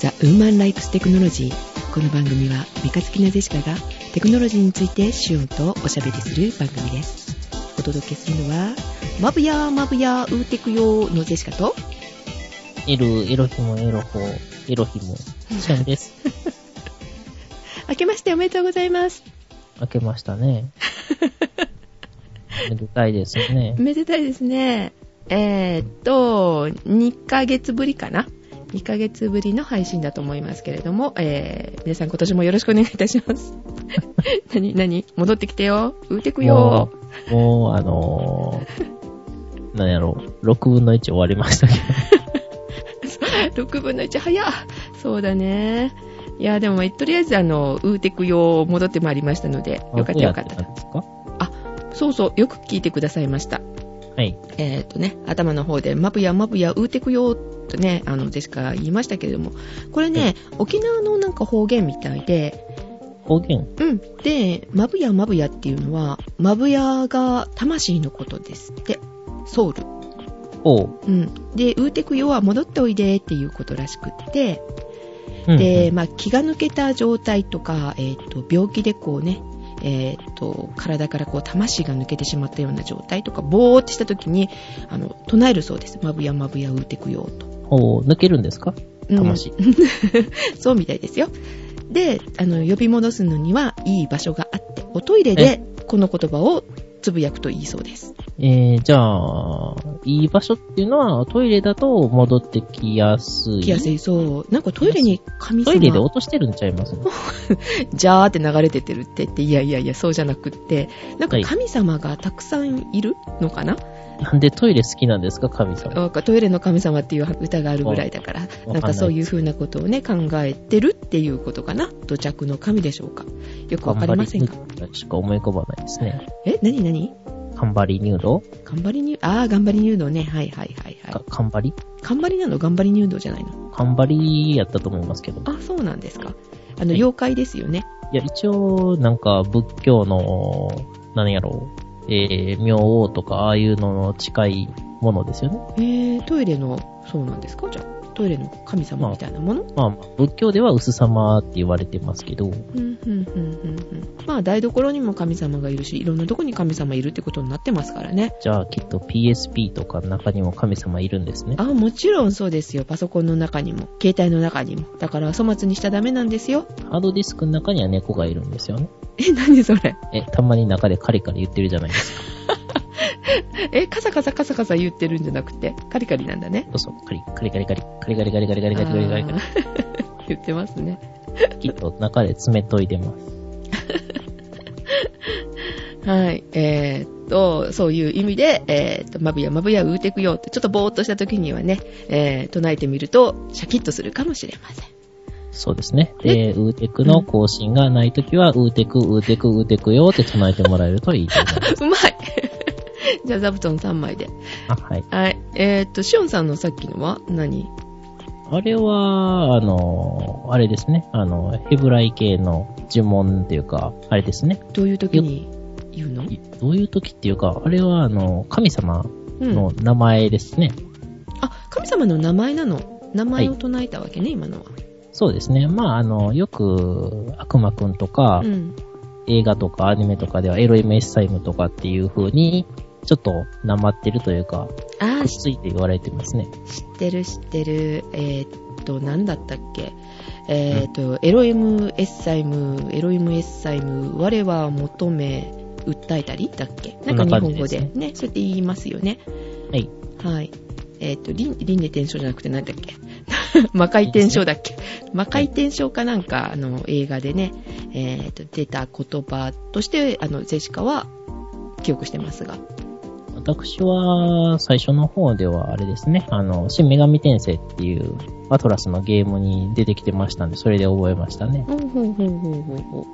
ザ・ウーマン・ライクス・テクノロジーこの番組は三日月なでしかがテクノロジーについて主音とおしゃべりする番組ですお届けするのはマブヤーマブヤーウーテクヨーのジェシカとエル、エロヒモ、エロホ、エロヒモ、シャンです。明けましておめでとうございます開けまし たね。めでたいですね。めでたいですねえー、っと2ヶ月ぶりかな2ヶ月ぶりの配信だと思いますけれども、えー、皆さん今年もよろしくお願いいたします 何何戻ってきてよウーテクヨーもう、もう、あのー、なんやろう、6分の1終わりましたけど。 6分の1早っそうだねいやでもとりあえずあのウーテク用戻ってまいりましたので よかったよかっどうやてたなんですかそうそうよく聞いてくださいましたはい。えっ、とね頭の方でマブヤマブヤウーテク用とねあのジェシカ言いましたけれどもこれね、沖縄のなんか方言みたいで方言。うんでマブヤマブヤっていうのはマブヤが魂のことですってソウルおう。うんでウーテク用は戻っておいでっていうことらしくってうんで、、まあ、気が抜けた状態とか、えー、と病気でこうね、えー、と体からこう魂が抜けてしまったような状態とかぼーってした時にあの唱えるそうです「まぶやまぶやうてくよ」と。おう、抜けるんですかうん魂。そうみたいですよであの呼び戻すのにはいい場所があっておトイレでこの言葉をつぶやくといいそうですえー、じゃあ、いい場所っていうのは、トイレだと戻ってきやすい。来やすいそうなんかトイレに神トイレで様落としてるんちゃいますジャーって流れてってるって言っていやいやいやそうじゃなくってなんかはい神様がたくさんいるのかな、なんでトイレ好きなんですか、神様。なんかトイレの神様っていう歌があるぐらいだから、わなんかそういうわかんな風いですなことをね、考えてるっていうことかな。土着の神でしょうか。よくわかりませんが頑。張りニュードしか思い浮かばないですね。え、なになにカンバリニュード頑張り入、あー、頑張り入道ね。はいはいはいはかい。カンバリ頑張りなの頑張り入道じゃないのカンバリやったと思いますけど。あ、そうなんですか。あの、はい妖怪ですよね。いや、一応、なんか、仏教の、何やろう、えー、明王とか、ああいうのの近いものですよね。えー、トイレの、そうなんですかじゃあ、トイレの神様みたいなもの、まあ、まあ仏教では薄様って言われてますけど、うんうんうんうんうん。まあ、台所にも神様がいるし、いろんなとこに神様いるってことになってますからね。じゃあ、きっと PSP とかの中にも神様いるんですね。あもちろんそうですよパソコンの中にも携帯の中にもだから粗末にしちゃダメなんですよ ハードディスクの中には猫がいるんですよね。え何それえ、たまに中でカリカリ言ってるじゃないですか。えカサカサカサカサ言ってるんじゃなくてカリカリなんだねそうそう、カリカリカリカリ、カリカリカリカリカリカリカリカリカリあ。ー 言ってますねきっと中で詰めといてます。はいえーっとそういう意味で、えーっとまぶやまぶやうーてくよってちょっとぼーっとした時にはね、えー唱えてみるとシャキッとするかもしれませんそうですね。えで、ウーテクの更新がないときは、ウーテク、ウーテク、ウーテクよって唱えてもらえるといいと思いま す。うまいじゃあ座布団3枚であ、はい。はいえーっとしおんさんのさっきのは何あれは、あの、あれですね。あの、ヘブライ系の呪文っていうか、あれですね。どういう時に言うのいどういう時っていうか、あれは、あの、神様うんの名前ですね。あ、神様の名前なの。名前を唱えたわけね、今のは。そうですね。まあ、あの、よく、悪魔くんとか、うん。映画とかアニメとかではエロいメッサイムとかっていう風に、ちょっと、なまってるというか、あくー、っ知ついて言われてますね。ってる、知ってる。えーっと、なんだったっけ。えーっと、エロイム・エッサイム、エロイム・エッサイム、我は求め、訴えたりだっけなんかそん日な感本じ語ですでねねそうやって言いますよね。はい。はい。えーっと、輪輪廻転生じゃなくてなんだっけ 魔界転生だっけ魔界転生かなんか、あの、映画でね、えーっと、出た言葉として、あの、ジェシカは記憶してますが。私は、最初の方ではあれですね、あの、新女神転生っていう、アトラスのゲームに出てきてましたんで、それで覚えましたね。ほうほうほうほうほうほ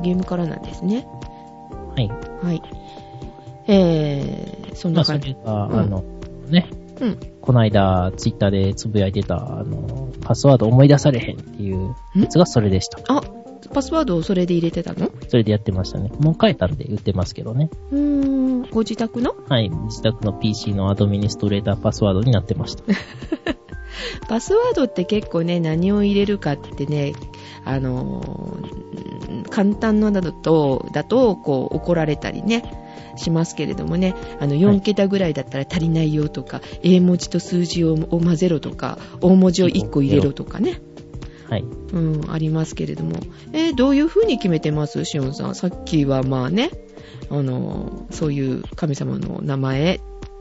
う。ゲームからなんですね。はい。はい。えー、そんまなあ、そ感じ。れが、うんあの、ね、うんこの間、ツイッターでつぶやいてた、あの、パスワード思い出されへんっていうやつがそれでした。あ、パスワードをそれで入れてたのうそれでやってましたね。もう変えたんで言ってますけどね。ーん、ご自宅のはい。自宅の PC のアドミニストレーターパスワードになってました。パスワードって結構ね、何を入れるかってね、あのー、うん簡単なのだと、だと、こう、怒られたりね、しますけれどもね、あの、4桁ぐらいだったら足りないよとか、英文字と数字をを混ぜろとか、大文字を1個入れろとかね、はい。うん、ありますけれども、えーどういう風に決めてますしおんさん。さっきはまあね、あの、そういう神様の名前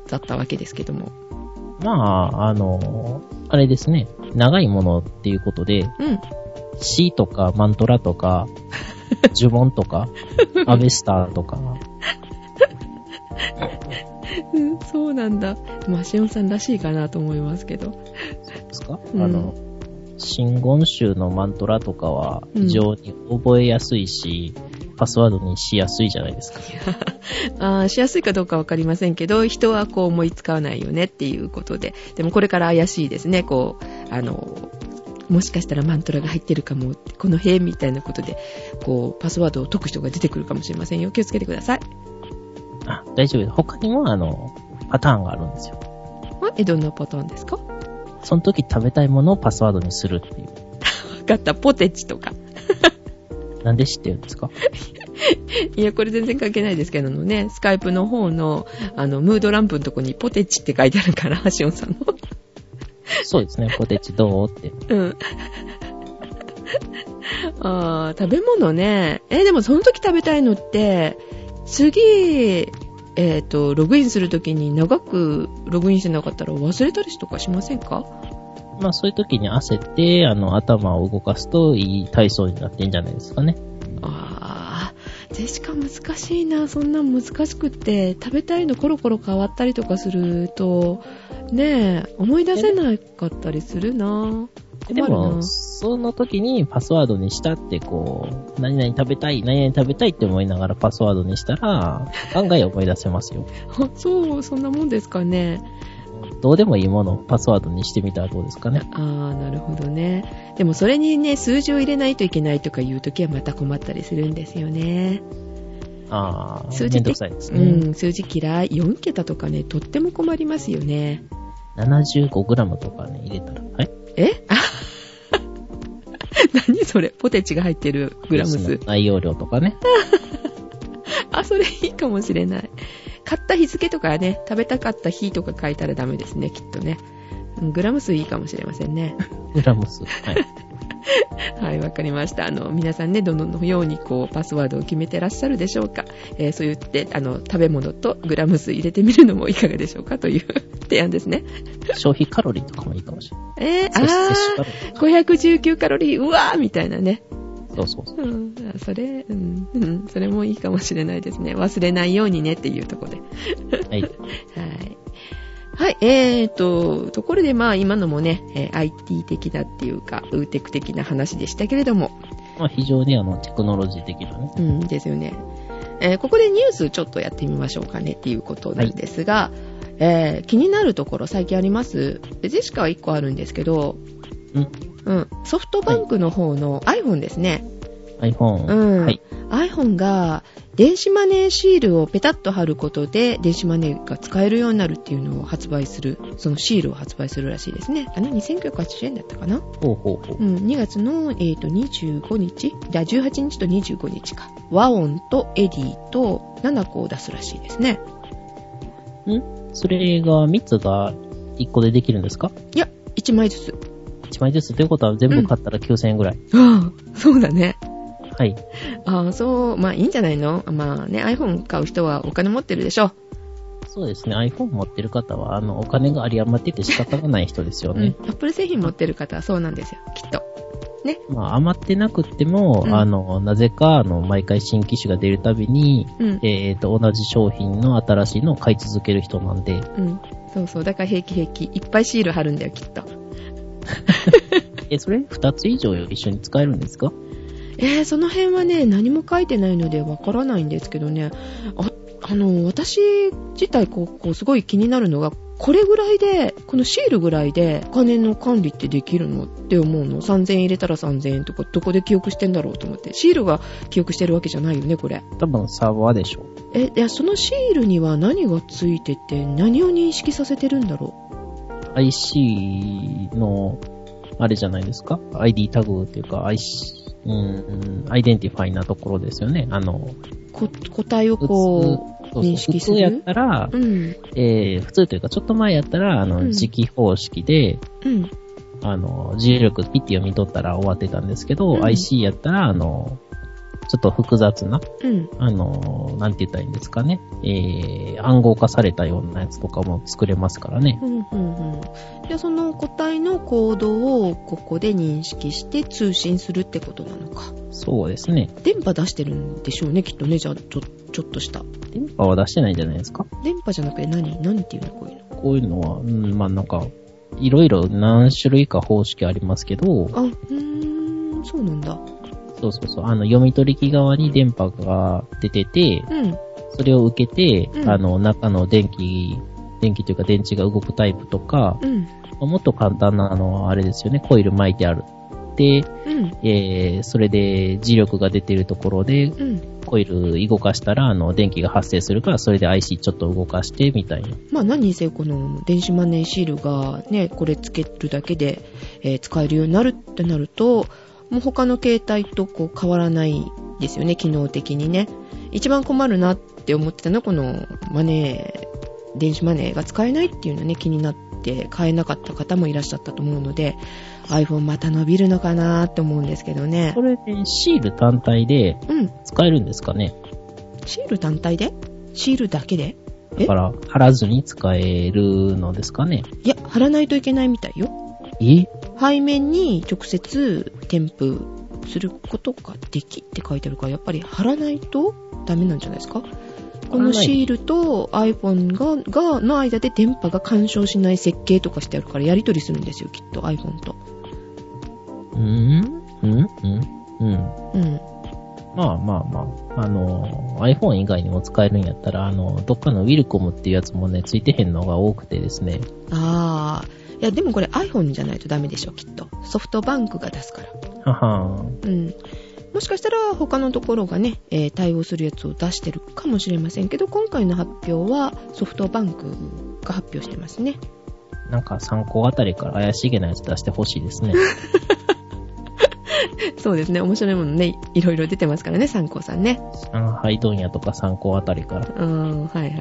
だったわけですけども。まあ、あの、あれですね。長いものっていうことで、うん。詩とかマントラと か、呪文とか、アベスターとか、うん そうなんだ。まあ、しおんさんらしいかなと思いますけど。ですか、うんあの、真言宗のマントラとかは非常に覚えやすいし、パスワードにしやすいじゃないですか。あーしやすいかどうかわかりませんけど、人はこう思いつかないよねっていうことで。でもこれから怪しいですね。こう、あの、もしかしたらマントラが入ってるかも、この辺みたいなことで、こう、パスワードを解く人が出てくるかもしれませんよ。気をつけてください。あ、大丈夫です。他にもあの、パターンがあるんですよ。あえ、どんなパターンですかわその時食べたいものをパスワードにするっていう。かった。ポテチとか。なんで知ってるんで すかいや、これ全然関係ないですけどもね、スカイプの方の、あの、ムードランプのとこにポテチって書いてあるから、 しおんさんの。そうですね。ポテチどうって。うん。あー食べ物ね。え、でもその時食べたいのって、次、えっ、と、ログインするときに長くログインしてなかったら忘れたりとかしませんかまあそういう時に焦って、あの、頭を動かすといい体操になってんじゃないですかね。あー、ジェシカ難しいな。そんなん難しくって、食べたいのコロコロ変わったりとかすると、ねえ、思い出せなかったりするな。で困るなも、。その時にパスワードにしたって、こう、何々食べたい、何々食べたいって思いながらパスワードにしたら、案外思い出せますよ。あ そう、そんなもんですかね。どうでもいいものをパスワードにしてみたらどうですかね。ああ、なるほどね。でもそれにね、数字を入れないといけないとかいうときはまた困ったりするんですよね。ああ、数め字んってどくさいですうね。ん、数字嫌い。4桁とかね、とっても困りますよね。 75g とかね、入れたら。はいえあ 何それポテチが入ってるグラムジュー数ス。の内容量とかね。あ、それいいかもしれない。買った日付とかね、食べたかった日とか書いたらダメですね、きっとね。うんグラム数いいかもしれませんね。グラム数。はい。はい、わかりました。あの、皆さんね、どのようにこう、パスワードを決めてらっしゃるでしょうか。えーそう言って、あの、食べ物とグラム数入れてみるのもいかがでしょうかという 提案ですね。消費カロリーとかもいいかもしれない。えー、あ摂摂取カロー、519カロリー、うわーみたいなね。リー。そうそうそう。うん、あそれ、うん、うん、それもいいかもしれないですね。忘れないようにねっていうところで。はい。はい。はい、えーと、ところでまあ今のもね、えー IT 的なっていうか、ウーテク的な話でしたけれども、まあ非常にあの、テクノロジー的なね。うん、ですよね。えーここでニュースちょっとやってみましょうかねっていうことなんですが、えー気になるところ最近ありますジェシカは1個あるんですけど、うんうん、ソフトバンクの方の iPhone ですね。 iPhone。うんはい。 iPhone が電子マネーシールをペタッと貼ることで電子マネーが使えるようになるっていうのを発売する、そのシールを発売するらしいですね。あれ2980円だったかなほうほうほうう。ん、2月の、えー、と25日じゃあ18日と25日か和音とエディとナナコを出すらしいですねそれが、3つが1個でできるんですかいや1枚ずつ ?1 枚ずつということは全部買ったら9000円ぐらい。ああそうだねはい。ああそうまあいいんじゃないのまあね iPhone 買う人はお金持ってるでしょそうですね。iPhone 持ってる方は、あの、お金が有り余ってて仕方がない人ですよう、うんね。、アップル製品持ってる方はそうなんですよきっとまあ、余ってなくっても、うんあの、なぜか、あの、毎回新機種が出るたびに、うん、えっ、と、同じ商品の新しいのを買い続ける人なんで、うん、そうそうだから平気平気いっぱいシール貼るんだよきっとえ、それ2つ以上一緒に使えるんですかえー、その辺はね、何も書いてないのでわからないんですけどね、ああの、私自体こう、こう、すごい気になるのが、これぐらいで、このシールぐらいで、お金の管理ってできるのって思うの。3000円入れたら3000円とか、どこで記憶してんだろうと思って。シールが記憶してるわけじゃないよね、これ。多分サーバーでしょう。え、いや、そのシールには何がついてて、何を認識させてるんだろ IC の、あれじゃないですか ?ID タグっていうか、IC、うん、アイデンティファイなところですよね。あの、こ個体をこ普通そうそう認識する普通やったら、う、うん、えー、普通というか、ちょっと前やったら、あうの、ん時期方式で、うん、あの、重力ピッて読み取ったら終わってたんですけど、うん IC やったら、あの、ちょっと複雑な、うん。あの、なんて言ったらいいんですかね、えー、暗号化されたようなやつとかも作れますからね。うんうんうん、じゃあその個体の行動をここで認識して通信するってことなのかそうですね。電波出してるんでしょうねきっとねじゃあちょちょっとした電波は出してないんじゃないですか電波じゃなくて何何ていうのこういうのこういうのは、うん、まあなんか、いろいろ何種類か方式ありますけど、あうーんそうなんだそうそうそう、あの、読み取り機側に電波が出てて、うんそれを受けて、うんあの、中の電気、電気というか電池が動くタイプとか、うんもっと簡単なのはあれですよね、コイル巻いてある。で、うんえー、それで磁力が出てるところで、うんコイル動かしたら、あの、電気が発生するから、それで IC ちょっと動かして、みたいな。まあ何にせよこの電子マネーシールがねこれつけるだけで、えー使えるようになるってなるともう他の携帯とこう変わらないですよね機能的にね一番困るなって思ってたのはこのマネー電子マネーが使えないっていうのね気になって買えなかった方もいらっしゃったと思うので iPhone また伸びるのかなって思うんですけどねこれで、シール単体でうん使えるんですかねシール単体でシールだけでだから、貼らずに使えるのですかねいや貼らないといけないみたいよえ背面に直接添付することができって書いてあるからやっぱり貼らないとダメなんじゃないですかこのシールと iPhone ががの間で電波が干渉しない設計とかしてあるからやり取りするんですよきっと iPhone とうんうんうんうん。うんまあまあまあ、あの、iPhone 以外にも使えるんやったら、あの、どっかのウィルコムっていうやつもね、ついてへんのが多くてですね。ああいやでもこれ iPhone じゃないとダメでしょきっとソフトバンクが出すからははん。うんもしかしたら他のところがね、えー対応するやつを出してるかもしれませんけど今回の発表はソフトバンクが発表してますねなんか参考あたりから怪しげなやつ出してほしい ですね。そうですね。面白いものね、いろいろ出てますからね、参考さんね。上海問屋とか参考あたりから。うーん、はいはい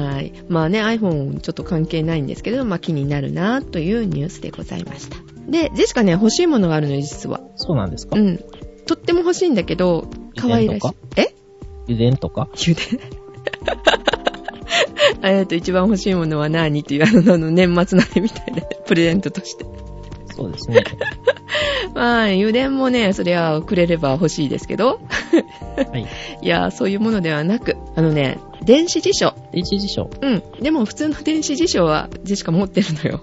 はい。 はい。まあね、iPhone ちょっと関係ないんですけれど、まあ気になるなというニュースでございました。で、ジェシカね、欲しいものがあるのよ、実は。そうなんですかうん。とっても欲しいんだけど、可愛らしい油田と。え 油田とか油田えっと、一番欲しいものは何っていう、あの、あの年末のあれみたいな、プレゼントとして。そうですね。まあ、油田もね、そりゃ、くれれば欲しいですけど。 はい。いやー、そういうものではなく、あのね、電子辞書。電子辞書。うん。でも普通の電子辞書は、ジェシカ持ってるのよ。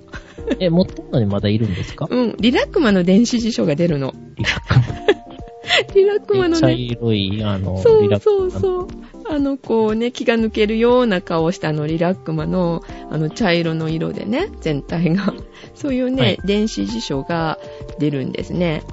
え、持ってんのにまだいるんですかうん。リラックマの電子辞書が出るの。リラックリラックママ。の茶ね、色い、あの、そリラうックそうそう。あの、こうね、気が抜けるような顔をしたあのリラックマの、あの、茶色の色でね、全体が。そういうね、はい電子辞書が出るんですね。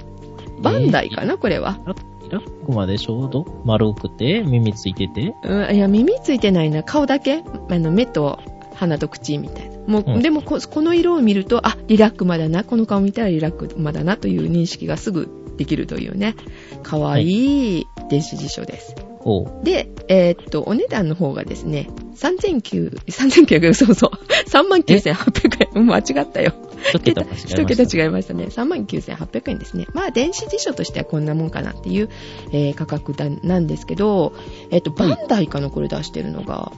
バンダイかな、これは。リラックマでしょど丸くて、耳ついてて。うん、いや、耳ついてないな。顔だけ。あの、目と鼻と口みたいな。もう、うんでもこ、この色を見ると、あ、リラックマだな。この顔見たらリラックマだなという認識がすぐできるというね。かわいい電子辞書です。おう。で、えーっと、お値段の方がですね、3900、3900円、そうそう。39,800円。間 違ったよ。一桁間違えました。一桁違いましたね。39,800円ですね。まあ、電子辞書としてはこんなもんかなっていう、えー価格だなんですけど、えっ、と、バンダイかのこれ出してるのが、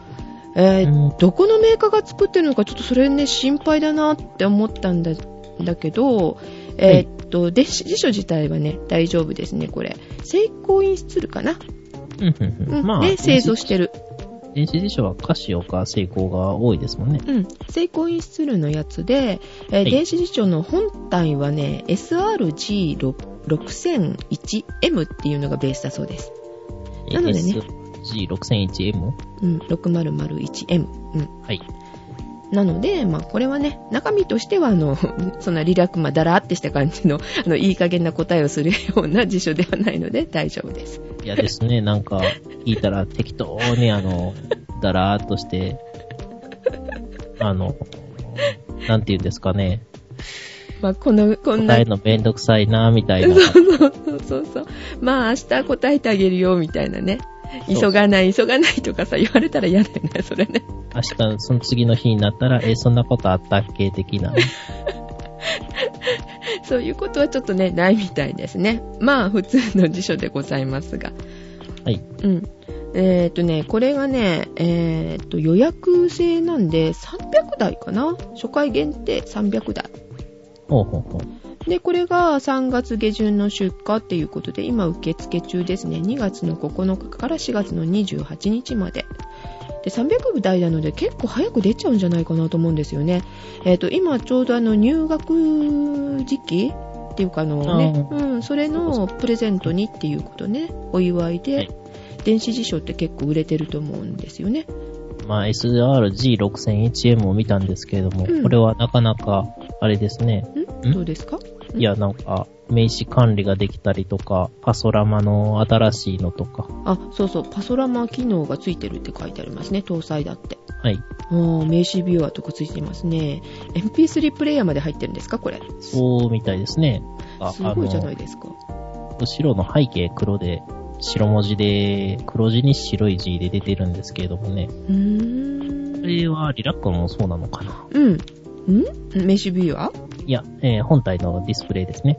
えーうんどこのメーカーが作ってるのか、ちょっとそれね、心配だなって思ったんだだけど、えっと、電子辞書自体はね、大丈夫ですね、これ。成功インスツールかな、うんうんううんんまあ、で、製造電してる。子電子辞書はカシオかセイコーが多いですもんね。うん、成功インスツールのやつで、えーはい電子辞書の本体はね SRG6001M っていうのがベースだそうです、なのでね SG6001M? うん、6001M、うんはい。なので、まあ、これはね中身としてはあの そんなリラックマだらってした感じの あのいい加減な答えをするような辞書ではないので大丈夫ですいやで すね、なんか、聞いたら適当にあの、だらーっとして、あの、なんて言うんですかね、まあ、この、こんな答えるのめんどくさいな、みたいな。 そうそうそうそう。まあ明日答えてあげるよ、みたいなね。そ急うがない、急がないとかさ、言われたら嫌だよね、それね。明日、その次の日になったら、え、そんなことあったっけ的な。そういうことはちょっとね、ないみたいですね。まあ、普通の辞書でございますが。はい。うん。えっ、とね、これがね、えっ、と、予約制なんで、300台かな初回限定300台。ほうほうほう。で、これが3月下旬の出荷っていうことで、今受付中ですね。2月の9日から4月の28日まで。で、300部台なので結構早く出ちゃうんじゃないかなと思うんですよね。えっ、と、今ちょうどあの入学時期っていうかあのね、あうん、それのプレゼントにっていうことね、お祝いはでい、電子辞書って結構売れてると思うんですよね。まあ、SRG6001M を見たんですけれども、うんこれはなかなか、あれですね。んんどうですかいや、なんか、名刺管理ができたりとか、パソラマの新しいのとか。あ、そうそう、パソラマ機能がついてるって書いてありますね、搭載だって。はい。あー名刺ビューアーとかついてますね。MP3 プレイヤーまで入ってるんですかこれ。そうみたいですね。あすごいじゃなあいですか。の後ろの背景黒で、白文字で、黒字に白い字で出てるんですけれどもね。うーこん。れはリラックもそうなのかなうん。ん名刺ビューアーいや、えー本体のディスプレイですね。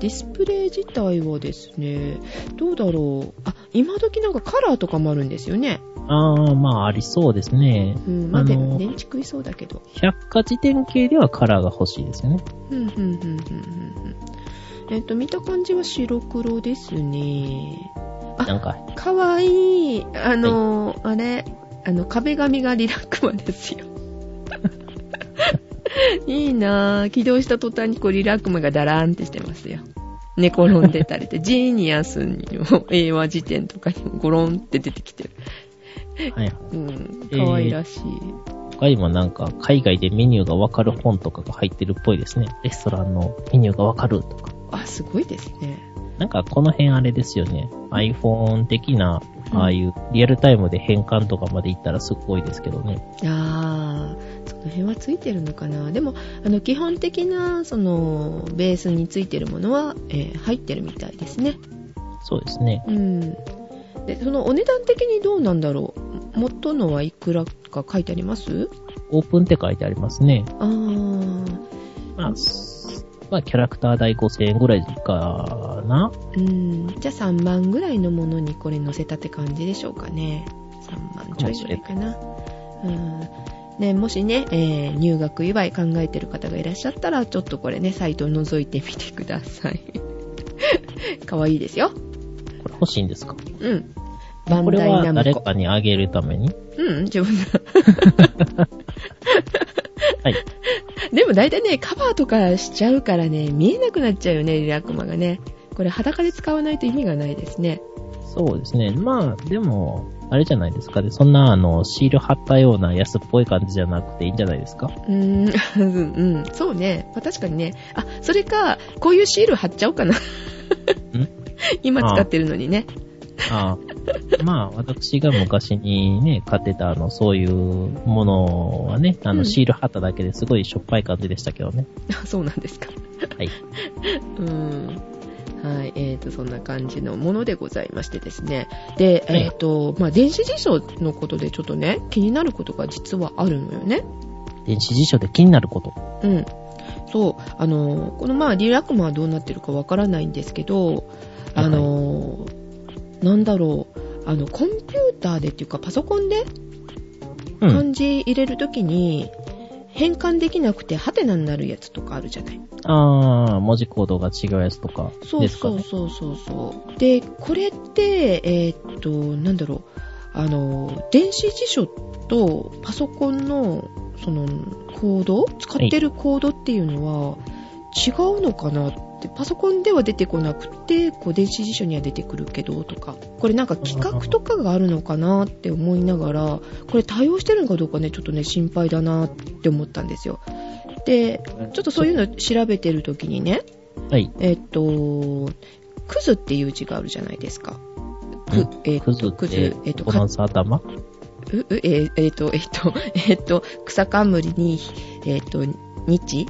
ディスプレイ自体はですね、どうだろう。あ、今時なんかカラーとかもあるんですよね。あー、まあありそうですね。うん。まあ、であのー電池食いそうだけど。百科事典系ではカラーが欲しいですよね。うん、うん、うん、うん、うんうん。えっと、見た感じは白黒ですね。あなんか、かわいい。あのー、あれ、あの、壁紙がリラックマですよ。いいなぁ。起動した途端にこうリラックマがダラーンってしてますよ。寝転んでたりて、ジーニアスにも、英和辞典とかにもゴロンって出てきてる。はい。うん。かわいらしい。他にもなんか、海外でメニューがわかる本とかが入ってるっぽいですね。レストランのメニューがわかるとか。あ、すごいですね。なんか、この辺あれですよね。iPhone 的な、うんああいうリアルタイムで変換とかまでいったらすごいですけどね。あー、その辺はついてるのかな。でも、あの、基本的な、その、ベースについてるものは、えー入ってるみたいですね。そうですね。うん。で、そのお値段的にどうなんだろう元のはいくらか書いてありますオープンって書いてありますね。あー、まあ、すまあ、キャラクター代5000円ぐらいかな。うん。じゃあ3万ぐらいのものにこれ載せたって感じでしょうかね。3万ちょいぐらいかな。うん。ね、もしね、えー入学祝い考えてる方がいらっしゃったら、ちょっとこれね、サイトを覗いてみてください。 かわいいですよ。これ欲しいんですかうん。バンこれダイはナム誰コ。かにあげるためにうん、自分のはい。でも大体ね、カバーとかしちゃうからね、見えなくなっちゃうよね、リラックマがね。これ裸で使わないと意味がないですね。そうですね。まあ、でも、あれじゃないですかね。そんな、あの、シール貼ったような安っぽい感じじゃなくていいんじゃないですかうーん、 うん、うんそうね。まあ、確かにね。あ、それか、こういうシール貼っちゃおうかな。 今使ってるのにね。ああまあ、私が昔にね、買ってた、あの、そういうものはね、あうんの、シール貼っただけですごいしょっぱい感じでしたけどね。あ そうなんですか。はい。 うん。はい。えーと、そんな感じのものでございましてですね。で、はいえーと、まあ、電子辞書のことでちょっとね、気になることが実はあるのよね。電子辞書で気になること。うん。そう、あの、このまあ、リラクマはどうなってるかわからないんですけど、あの、なんだろう、あの、コンピューターでっていうか、パソコンでうん。漢字入れるときに、変換できなくて、ハテナになるやつとかあるじゃない。ああ、文字コードが違うやつとかそでうすかそうね。そうそうそう。で、これって、えーっと、なんだろう、あの、電子辞書とパソコンの、その、コード使ってるコードっていうのは、違うのかなって、パソコンでは出てこなくて、こう、電子辞書には出てくるけど、とか、これなんか企画とかがあるのかなって思いながら、これ対応してるのかどうかね、ちょっとね、心配だなって思ったんですよ。で、ちょっとそういうの調べてるときにね、はい。えっと、クズっていう字があるじゃないですか。うくん、えっクズと、っクてズ、えっ、と、このか頭う、う、えーえーと、えっ、と、えっ、と、草冠に、えっ、と、日はい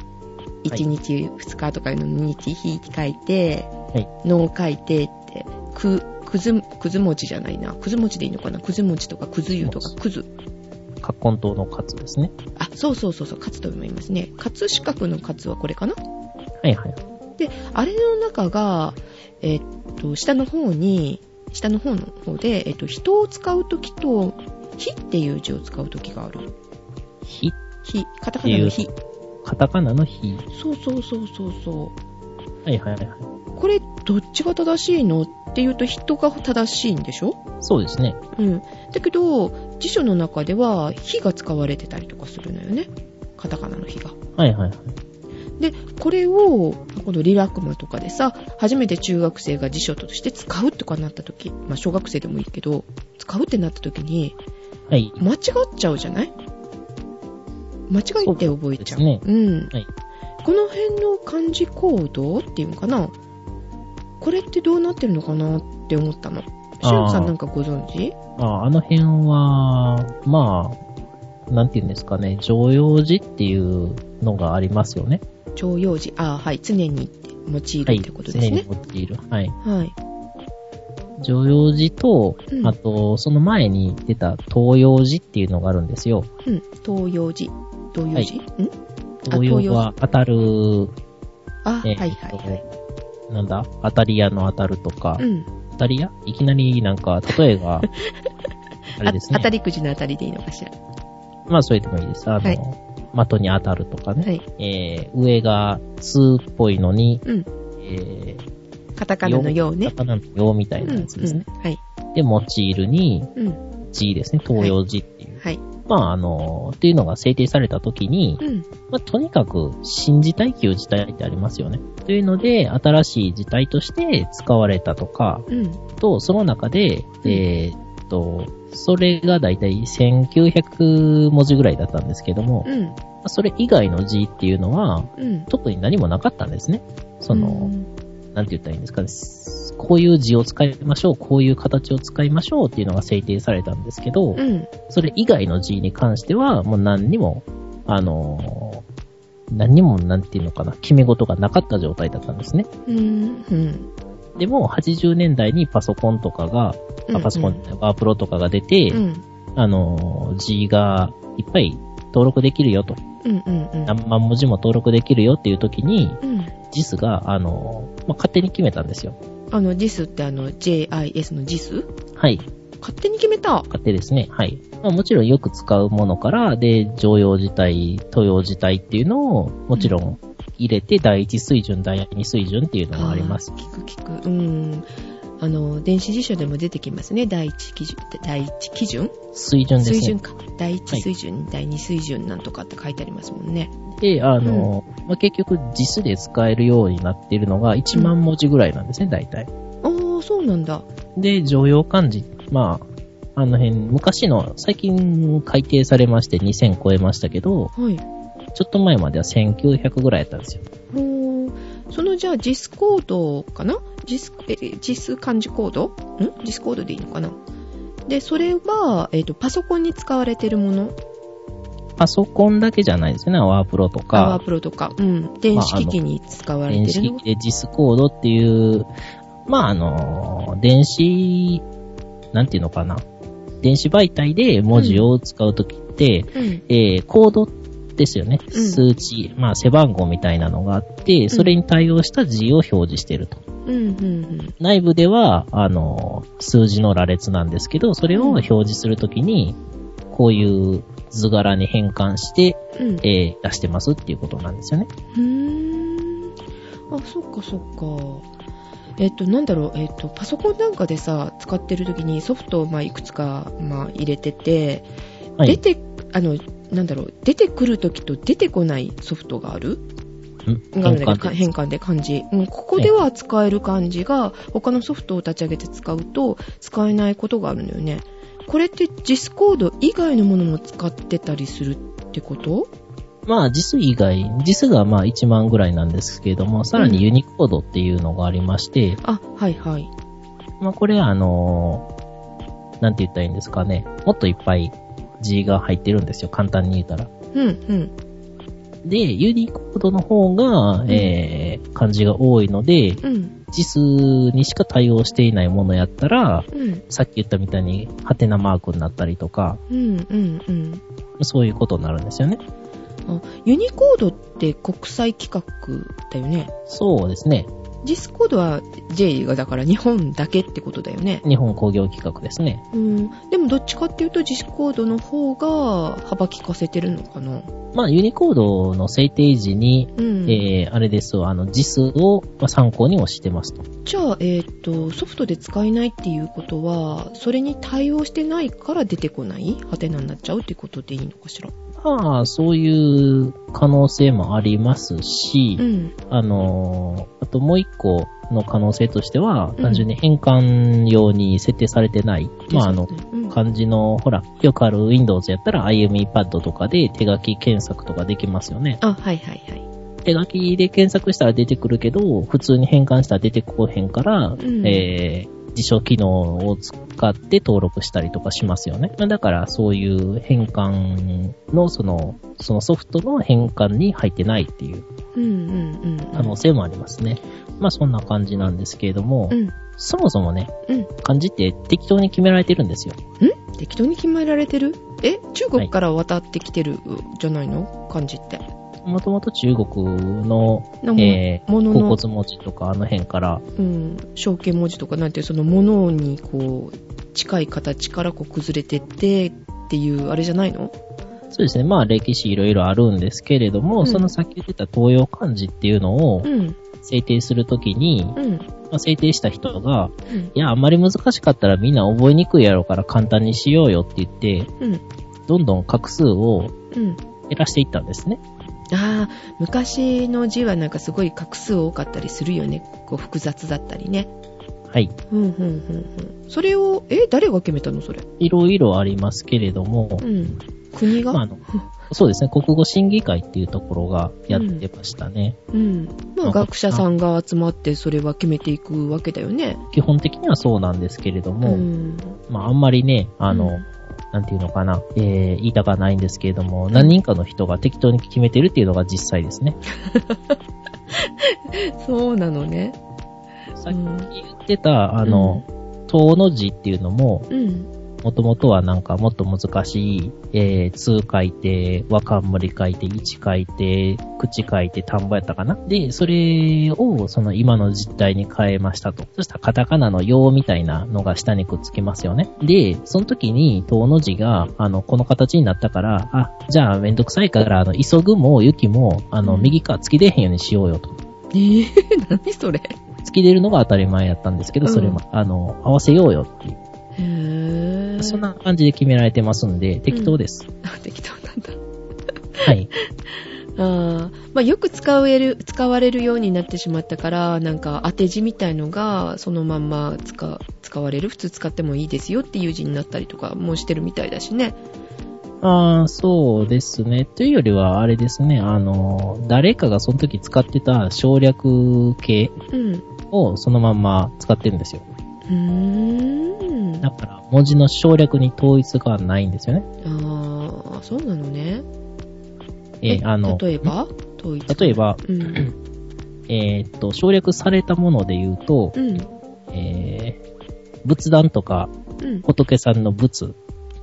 一日二日とかいうのに日、日書いて、はいのを書いてって、く、くず、くず餅じゃないな。くず餅でいいのかなくず餅とかくず湯とかくず。葛根糖のカツですね。あ、そうそうそうそう、カツとも言いますね。カツ四角のカツはこれかなはいはい。あれの中が、えっと、下の方に、下の方の方で、えっと、人を使うときと、火っていう字を使うときがある。火、火、カタカナの火。カタカナの火。そうそうそうそうそはいはいはい。う。これ、どっちが正しいのっていうと、人が正しいんでしょそうですね。うん。だけど、辞書の中では、火が使われてたりとかするのよね。カタカナの火が。はいはいはい。で、これを、このリラクマとかでさ、初めて中学生が辞書として使うとかなった時、まあ小学生でもいいけど、使うってなった時に、はい。間違っちゃうじゃない間違えて覚えちゃう。そうでうん、はいこの辺の漢字行動っていうのかなこれってどうなってるのかなって思ったの。しゅんさんなんかご存知あああの辺は、まあ、なんていうんですかね、常用字っていうのがありますよね。常用字。ああ、はい。常に用いはるい。ってことです常にね。持っている。はい。はい。常用字と、うんあと、その前に出た東用字っていうのがあるんですよ。うん。東洋字。東洋字、んあ東用は当たる、あ、えーはいはいはい。なんだ当たり屋の当たるとか、うん。当たり屋いきなりなんか、例え が、あれですあ当たね。りくじの当たりでいいのかしら。まあ、それでもいいです。あの、はい的に当たるとかね。はい。えー、上が2っぽいのに、うん。えー、カタカナのようね。魚の用みたういん。うなんやつですね。はい。で、用いるに、うん。字ですね。東洋字っていう。はい。まあ、あの、っていうのが制定された時にう、ん。まあ、とにかく、新字体、旧字体ってありますよね。というので、新しい字体として使われたとか、うん。と、その中で、うんえーっと、それがだいたい1900文字ぐらいだったんですけども、うん。まあそれ以外の字っていうのは、うん。特に何もなかったんですね。そのう、ん、なんて言ったらいいんですかね。こういう字を使いましょう、こういう形を使いましょうっていうのが制定されたんですけど、うん。それ以外の字に関しては、もう何にも、あのー何にも、なんていうのかな、決め事がなかった状態だったんですね。うん。うん。でも、80年代にパソコンとかが、あパソコン、ワープロとかが出て、うん。あのー字がいっぱい登録できるよと、うん。うん。うん。何万文字も登録できるよっていう時に、うん。 JIS が、あのーまあ、勝手に決めたんですよ。あの、JIS ってあの、JIS の JIS? はい。勝手に決めた。勝手ですね。はい。まあ、もちろんよく使うものから、で、常用字体、都用字体っていうのを、もちろん入れて、第一水準、第二水準っていうのがあります。ー聞く聞く。うん。あの、電子辞書でも出てきますね。第一基準、第一基準水準です水準ね。か。第一い水準、第二水準なんとかって書いてありますもんね。で、あの、まあ、結局、実で使えるようになっているのが1万文字ぐらいなんですね、大体。あー、そうなんだ。で、常用漢字、まあ、あの辺、昔の、最近改定されまして2000超えましたけど、はい。ちょっと前までは1900ぐらいやったんですよ。ほうそのじゃあ JIS コードかな ?JIS、え JIS 漢字コードん ?JIS コードでいいのかなで、それは、えっ、と、パソコンに使われてるもの、パソコンだけじゃないですよね、ワープロとパワかー。プロとか、うん、電子機器に使われ電て子る機の器で JIS コードっていう、まあ、あの、電子、なんていうのかな。電子媒体で文字を使うときって、うん、えーコードですよね。ん数値、まあ、背番号みたいなのがあって、それに対応した字を表示してると。うん、うん、内部では、あの、数字の羅列なんですけど、それを表示するときに、こういう図柄に変換して、うん。うんえー出してますっていうことなんですよね。うーん。あ、そっかそっか。えっと、なんだろう、えっと、パソコンなんかでさ、使ってる時にソフトを、まあ、いくつか、まあ、入れてて、は出い。て、あの、なんだろう、出てくる時と出てこないソフトがあるうんがあるんだけど変換変換で漢字。うん、ここでは使える漢字が、他のソフトを立ち上げて使うと、使えないことがあるのよね。これって JIS コード以外のものも使ってたりするってことまあ、実以外、実がまあ1万ぐらいなんですけれども、さらにユニコードっていうのがありまして、あ、はいはい。まあこれはあのーなんて言ったらいいんですかね。もっといっぱい字が入ってるんですよ、簡単に言ったら。うん、うん。で、ユニコードの方が、えー、漢字が多いので、うん、字数にしか対応していないものやったら、うん、さっき言ったみたいに、ハテナマークになったりとか、うん、うん、うん。そういうことになるんですよね。あユニコードって国際規格だよね。そうですね。ディスコードは J がだから日本だけってことだよね。日本工業企画ですね。うん。でもどっちかっていうとディスコードの方が幅利かせてるのかな。まあ、ユニコードの制定時に、うん。えー、あれですわあの、字数をまあ参考にもしてますと。じゃあ、えっ、と、ソフトで使えないっていうことは、それに対応してないから出てこないハテナになっちゃうってことでいいのかしら。まあ、そういう可能性もありますし、うん。あのーあともう一個の可能性としては、うん単純に変換用に設定されてない。まあ、あので、すよねうん漢字の、ほら、よくある Windows やったら IMEPad とかで手書き検索とかできますよね。あ、はいはいはい。手書きで検索したら出てくるけど、普通に変換したら出てこへんから、んえー、辞書機能を使って登録したりとかしますよね。まあだから、そういう変換の、その、そのソフトの変換に入ってないっていううんうんうん。可能性もありますね。まあ、そんな感じなんですけれども、うん。そもそもね、うん漢字って適当に決められてるんですよ。適当に決められてるえ中国から渡ってきてるじゃないの漢字って。もともと中国の、なんかえー、ものの甲骨文字とかあの辺から、うん、象形文字とかなんていうそのものにこう近い形からこう崩れてってっていうあれじゃないのそうですね、まあ歴史いろいろあるんですけれども、うんその先言ってた東洋漢字っていうのをうん制定するときに、うんまあ制定した人が、うんいや、あんまり難しかったらみんな覚えにくいやろうから簡単にしようよって言って、うんどんどん画数をうん減らしていったんですね。ああ昔の字はなんかすごい画数多かったりするよねこう複雑だったりねはい。うんうんうんうんそれをえ誰が決めたのそれいろいろありますけれどもう、ん国が、まあ、あの、そうですね、国語審議会っていうところがやってましたね。うんまああ学者さんが集まってそれは決めていくわけだよね基本的にはそうなんですけれども、んまあ、あんまりね、あの、うんなんていうのかな、えー、言いたくはないんですけれども、何人かの人が適当に決めてるっていうのが実際ですね。そうなのねさうっきん言ってた、あの、唐の字っていうのも、うんもともとはなんかもっと難しい、えー、通書いて、和冠書いて、一書いて、口書いて、田んぼやったかな。で、それをその今の実態に変えましたと。そしたらカタカナの用みたいなのが下にくっつきますよね。で、その時に、唐の字が、あの、この形になったから、あ、じゃあめんどくさいから、あの、急ぐも、雪も、あの、うん右か突き出へんようにしようよと。えー、何それ突き出るのが当たり前やったんですけど、それも、あの、合わせようよっていう。へーそんな感じで決められてますんで、適当です。あ適当なんだ。はい。あーまあ、よく使える使われるようになってしまったからなんか当て字みたいのがそのまんま使使われる普通使ってもいいですよっていう字になったりとかもしてるみたいだしね。 ああ、そうですね。というよりは、あれですね、あの、誰かがその時使ってた省略形うん。うをそのまんま使ってるんですよ。ーん。だあから、文字の省略に統一がないんですよね。あそうなのね。えーあの、例えば統一例えば、うん。えーっと、省略されたもので言うと、うん。えー、仏壇とか、うん。仏さんの仏。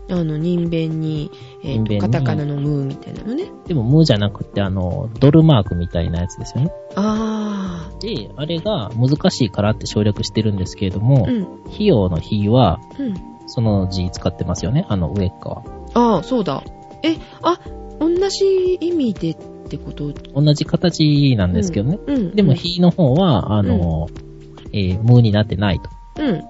あの、人弁に、えー人弁と、にカタカナのムーみたいなのね。でも、無じゃなくて、あの、ドルマークみたいなやつですよね。あで、あれが難しいからって省略してるんですけれども、あ。うん。費用の費は、うん。その字使ってますよね、あの上っ側。ああ、そうだ。え、あ、同じ意味でってこと同じ形なんですけどね。うん。でも、ひの方は、あの、えー、無になってないと。うん。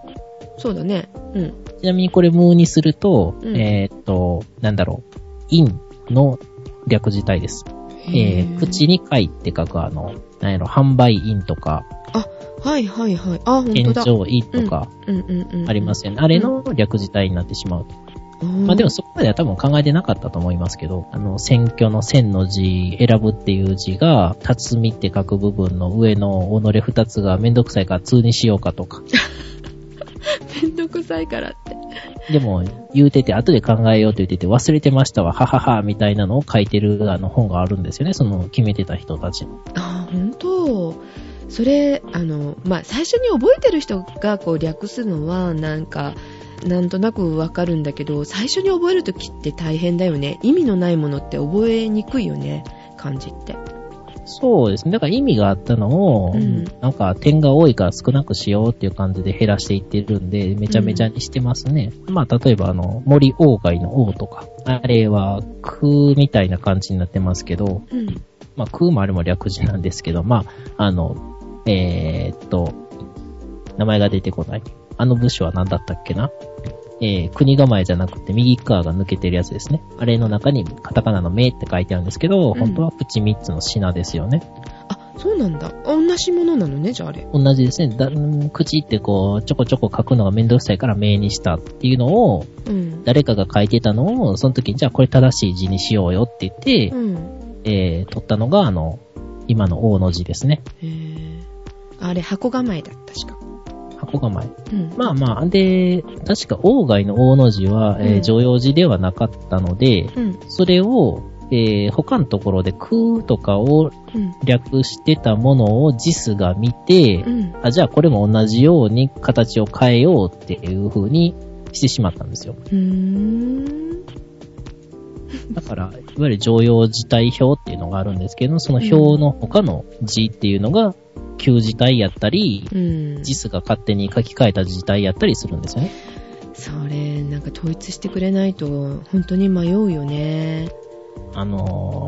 そうだね。うん。ちなみにこれ無にすると、うんえーっと、なんだろう、因の略字体です。えー、口に書いて書くあの、なんやろ、販売因とか、はいはいはい。あ、本当現だ。状因とかうんうんうん。ありますよね。あれの略字体になってしまうと。うん。まあでもそこまでは多分考えてなかったと思いますけど、あの、選挙の選の字、選ぶっていう字が、辰巳って書く部分の上の己二つがめんどくさいから通にしようかとか。めんんどくさいからって。でも、言うてて、後で考えようと言ってて、忘れてましたわ、ははは、みたいなのを書いてるあの本があるんですよね、その決めてた人たちの。ああ、本当それ、あの、まあ、最初に覚えてる人がこう略すのは、なんか、なんとなくわかるんだけど、最初に覚えるときって大変だよね。意味のないものって覚えにくいよね、漢字って。そうですね。だから意味があったのを、うんなんか点が多いから少なくしようっていう感じで減らしていってるんで、めちゃめちゃにしてますね。まあ、例えばあの、森鴎外の王とか、あれは空みたいな感じになってますけど、うん。まあ、空もあれも略字なんですけど、まあ、あの、えーっと、名前が出てこない。あの部署は何だったっけなえー、国構えじゃなくて右側が抜けてるやつですね。あれの中にカタカナの目って書いてあるんですけど、ん本当はプチ3つの品ですよね。あ、そうなんだ。あ同じものなのね、じゃああれ。同じですね。だうん口ってこう、ちょこちょこ書くのがめんどくさいから目にしたっていうのを、うん。誰かが書いてたのを、その時にじゃあこれ正しい字にしようよって言って、うん。えー、取ったのが、あの、今の王の字ですね。へーあれ、箱構えだ、確か。箱構え。うん。まあまあ、で、確か、王外の王の字は、うえーん常用字ではなかったので、うん。それを、えー他のところで空とかをうん。略してたものをジスが見て、うん。あ、じゃあこれも同じように形を変えようっていう風にしてしまったんですよ。うーん。だから、いわゆる常用字体表っていうのがあるんですけど、その表の他の字っていうのが、旧字体やったり、うん。ジスが勝手に書き換えた字体やったりするんですよね。それ、なんか統一してくれないと、本当に迷うよね。あの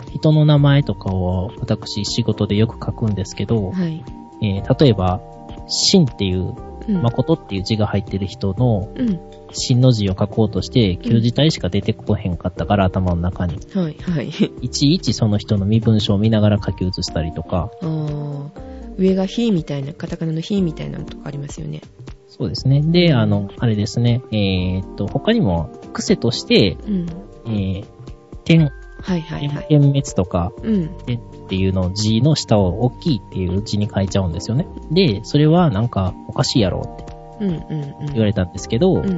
ー人の名前とかを私仕事でよく書くんですけど、はい。えー例えば、真っていう、うん。誠っていう字が入ってる人のうん。真の字を書こうとして、旧字体しか出てこへんかったから、頭の中に。はい、はい。いちいちその人の身分証を見ながら書き写したりとか、 あー上が火みたいな、カタカナの火みたいなのとかありますよね。そうですね。で、あの、あれですね、えーっと、他にも癖として、うん。えー、点、はい、はい、はい。点滅とか、うん。でっていうのを字の下を大きいっていう字に書いちゃうんですよね。で、それはなんかおかしいやろってうん、うん、うん。言われたんですけど、うん。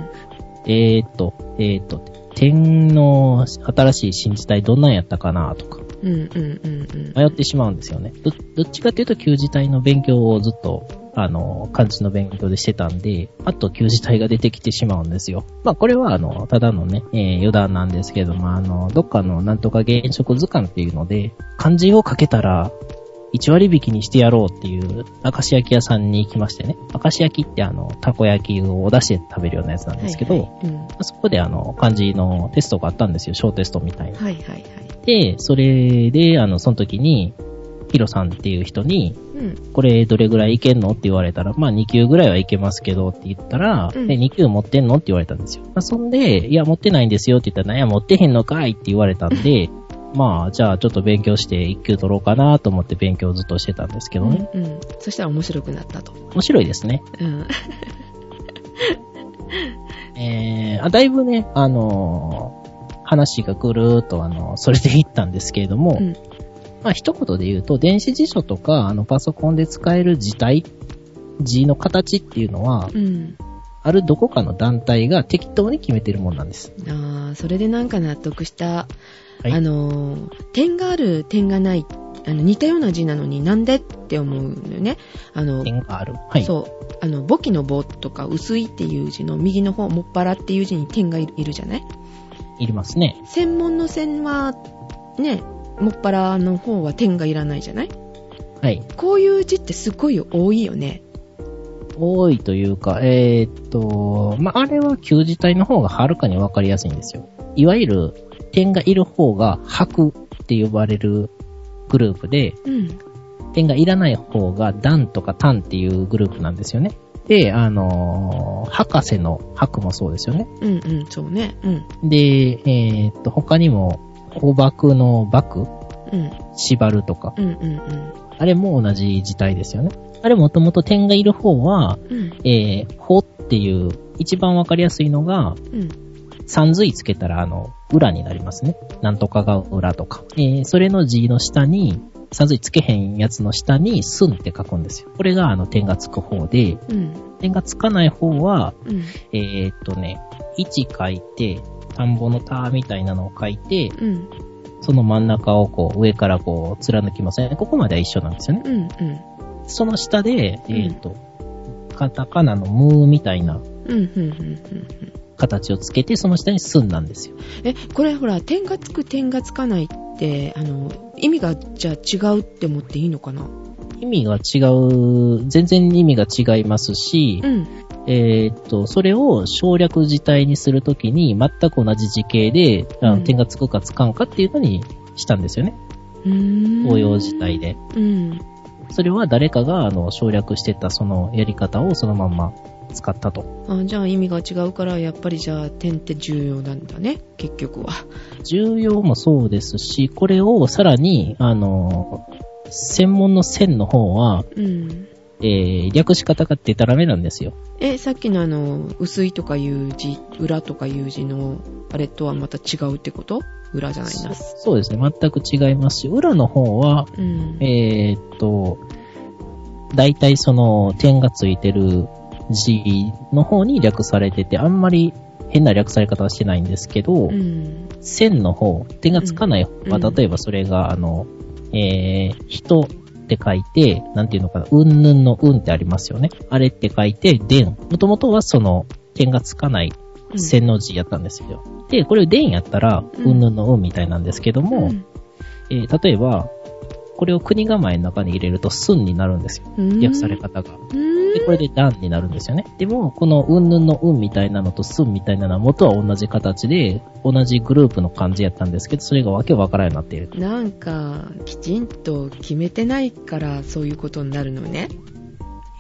えーっと、えーっと、点の新しい新字体どんなんやったかなとかうん、うん、うん、迷ってしまうんですよね。どどっちかっていうと旧字体の勉強をずっとあの、漢字の勉強でしてたんで、あと旧字体が出てきてしまうんですよ。まあこれはあの、ただのね、えー余談なんですけども、あの、どっかのなんとか原色図鑑っていうので、漢字を書けたら、1割引きにしてやろうっていう、明石焼き屋さんに行きましてね。明石焼きってあの、たこ焼きをお出汁で食べるようなやつなんうん。ですけど、はいはい、うん。はまあそこであの、漢字のテストがあったんですよ。小テストみたいな。い、はい、はい。で、それで、あの、その時に、ヒロさんっていう人に、うん。これどれぐらいいけんのって言われたら、まあ2級ぐらいはいけますけどって言ったら、うんえ2級持ってんのって言われたんですよ。まあ、そんで、いや持ってないんですよって言ったら、いや持ってへんのかいって言われたん で、まあじゃあちょっと勉強して1級取ろうかなと思って勉強ずっとしてたんですけどね。うん。うん。そしたら面白くなったと。面白いですね。うん。えー、あだいぶね、あのー話がぐるーっとあの、それでいったんですけれども、うんまあ一言で言うと、電子辞書とか、あの、パソコンで使える字体、字の形っていうのは、うん。あるどこかの団体が適当に決めてるもんなんです。ああ、それでなんか納得した。はいあのー、点がある、点がない、あの似たような字なのになんでって思うのよね。あの、点がある。はい。そう、あの、簿記の簿とか薄いっていう字の右の方、もっぱらっていう字に点がいるいるじゃないいりますね。専門の線は、ね、もっぱらの方は点がいらないじゃないはい。こういう字ってすごい多いよね。多いというか、えーっと、まあ、あれは旧字体の方がはるかにわかりやすいんですよ。いわゆる、点がいる方が白って呼ばれるグループで、うん。点がいらない方が段とか単っていうグループなんですよね。で、あのー博士の白もそうですよね。うんうん、そうね。うん。で、えーっと、他にも、捕爆の爆、うん、縛るとか、うん、うん、あれも同じ字体ですよね。あれもともと点がいる方は、うん。うん、えー、ほっていう、一番わかりやすいのが、うん。三髄つけたら、あの、裏になりますね。なんとかが裏とか。えー、それの字の下に、さずいつけへんやつの下に、すんって書くんですよ。これが、あの、点がつく方で、うん。点がつかない方は、うん。えーっとね、1書いて、田んぼの田みたいなのを書いて、うん。その真ん中をこう、上からこう、貫きますね。ここまでは一緒なんですよね。うん。その下で、えーっと、カタカナのムーみたいなうん。うん。うん。うん。形をつけて、その下にすんなんですよ。え、これほら、点がつく、点がつかないって、あの、意味がじゃあ違うって思っていいのかな意味が違う、全然意味が違いますし、うん。えーっと、それを省略字体にするときに、全く同じ字形で、あうんの点がつくかつかんかっていうのにしたんですよね。うーん応用字体。で。うん。それは誰かがあの省略してたそのやり方をそのまんま使ったと。あじゃあ意味が違うから、やっぱりじゃあ点って重要なんだね、結局は。重要もそうですし、これをさらに、あの、専門の線の方は、うん。えー略し方がデタラメなんですよ。え、さっきのあの、薄いとかいう字、裏とかいう字の、あれとはまた違うってこと裏じゃないな。そうですね。全く違いますし、裏の方は、うん。えーっと、大体その点がついてる字の方に略されてて、あんまり変な略され方はしてないんですけうど、ん。線の方、点がつかない方は、うん例えばそれが、あの、えー、人って書いて、なんていうのかな、うんぬんのうんってありますよね。あれって書いて、でん。もともとはその、点がつかないうん線の字やったんですよ。で、これでんやったら、うんうんぬんのうんみたいなんですけども、えー例えば、これを国構えの中に入れると、すんになるんですよ。うん、略され方が。うん。で、これで段になるんですよね。でも、このうんぬんのうんみたいなのとすんみたいなのは元は同じ形で、同じグループの漢字やったんですけど、それがわけわからんようになっている。なんか、きちんと決めてないから、そういうことになるのね。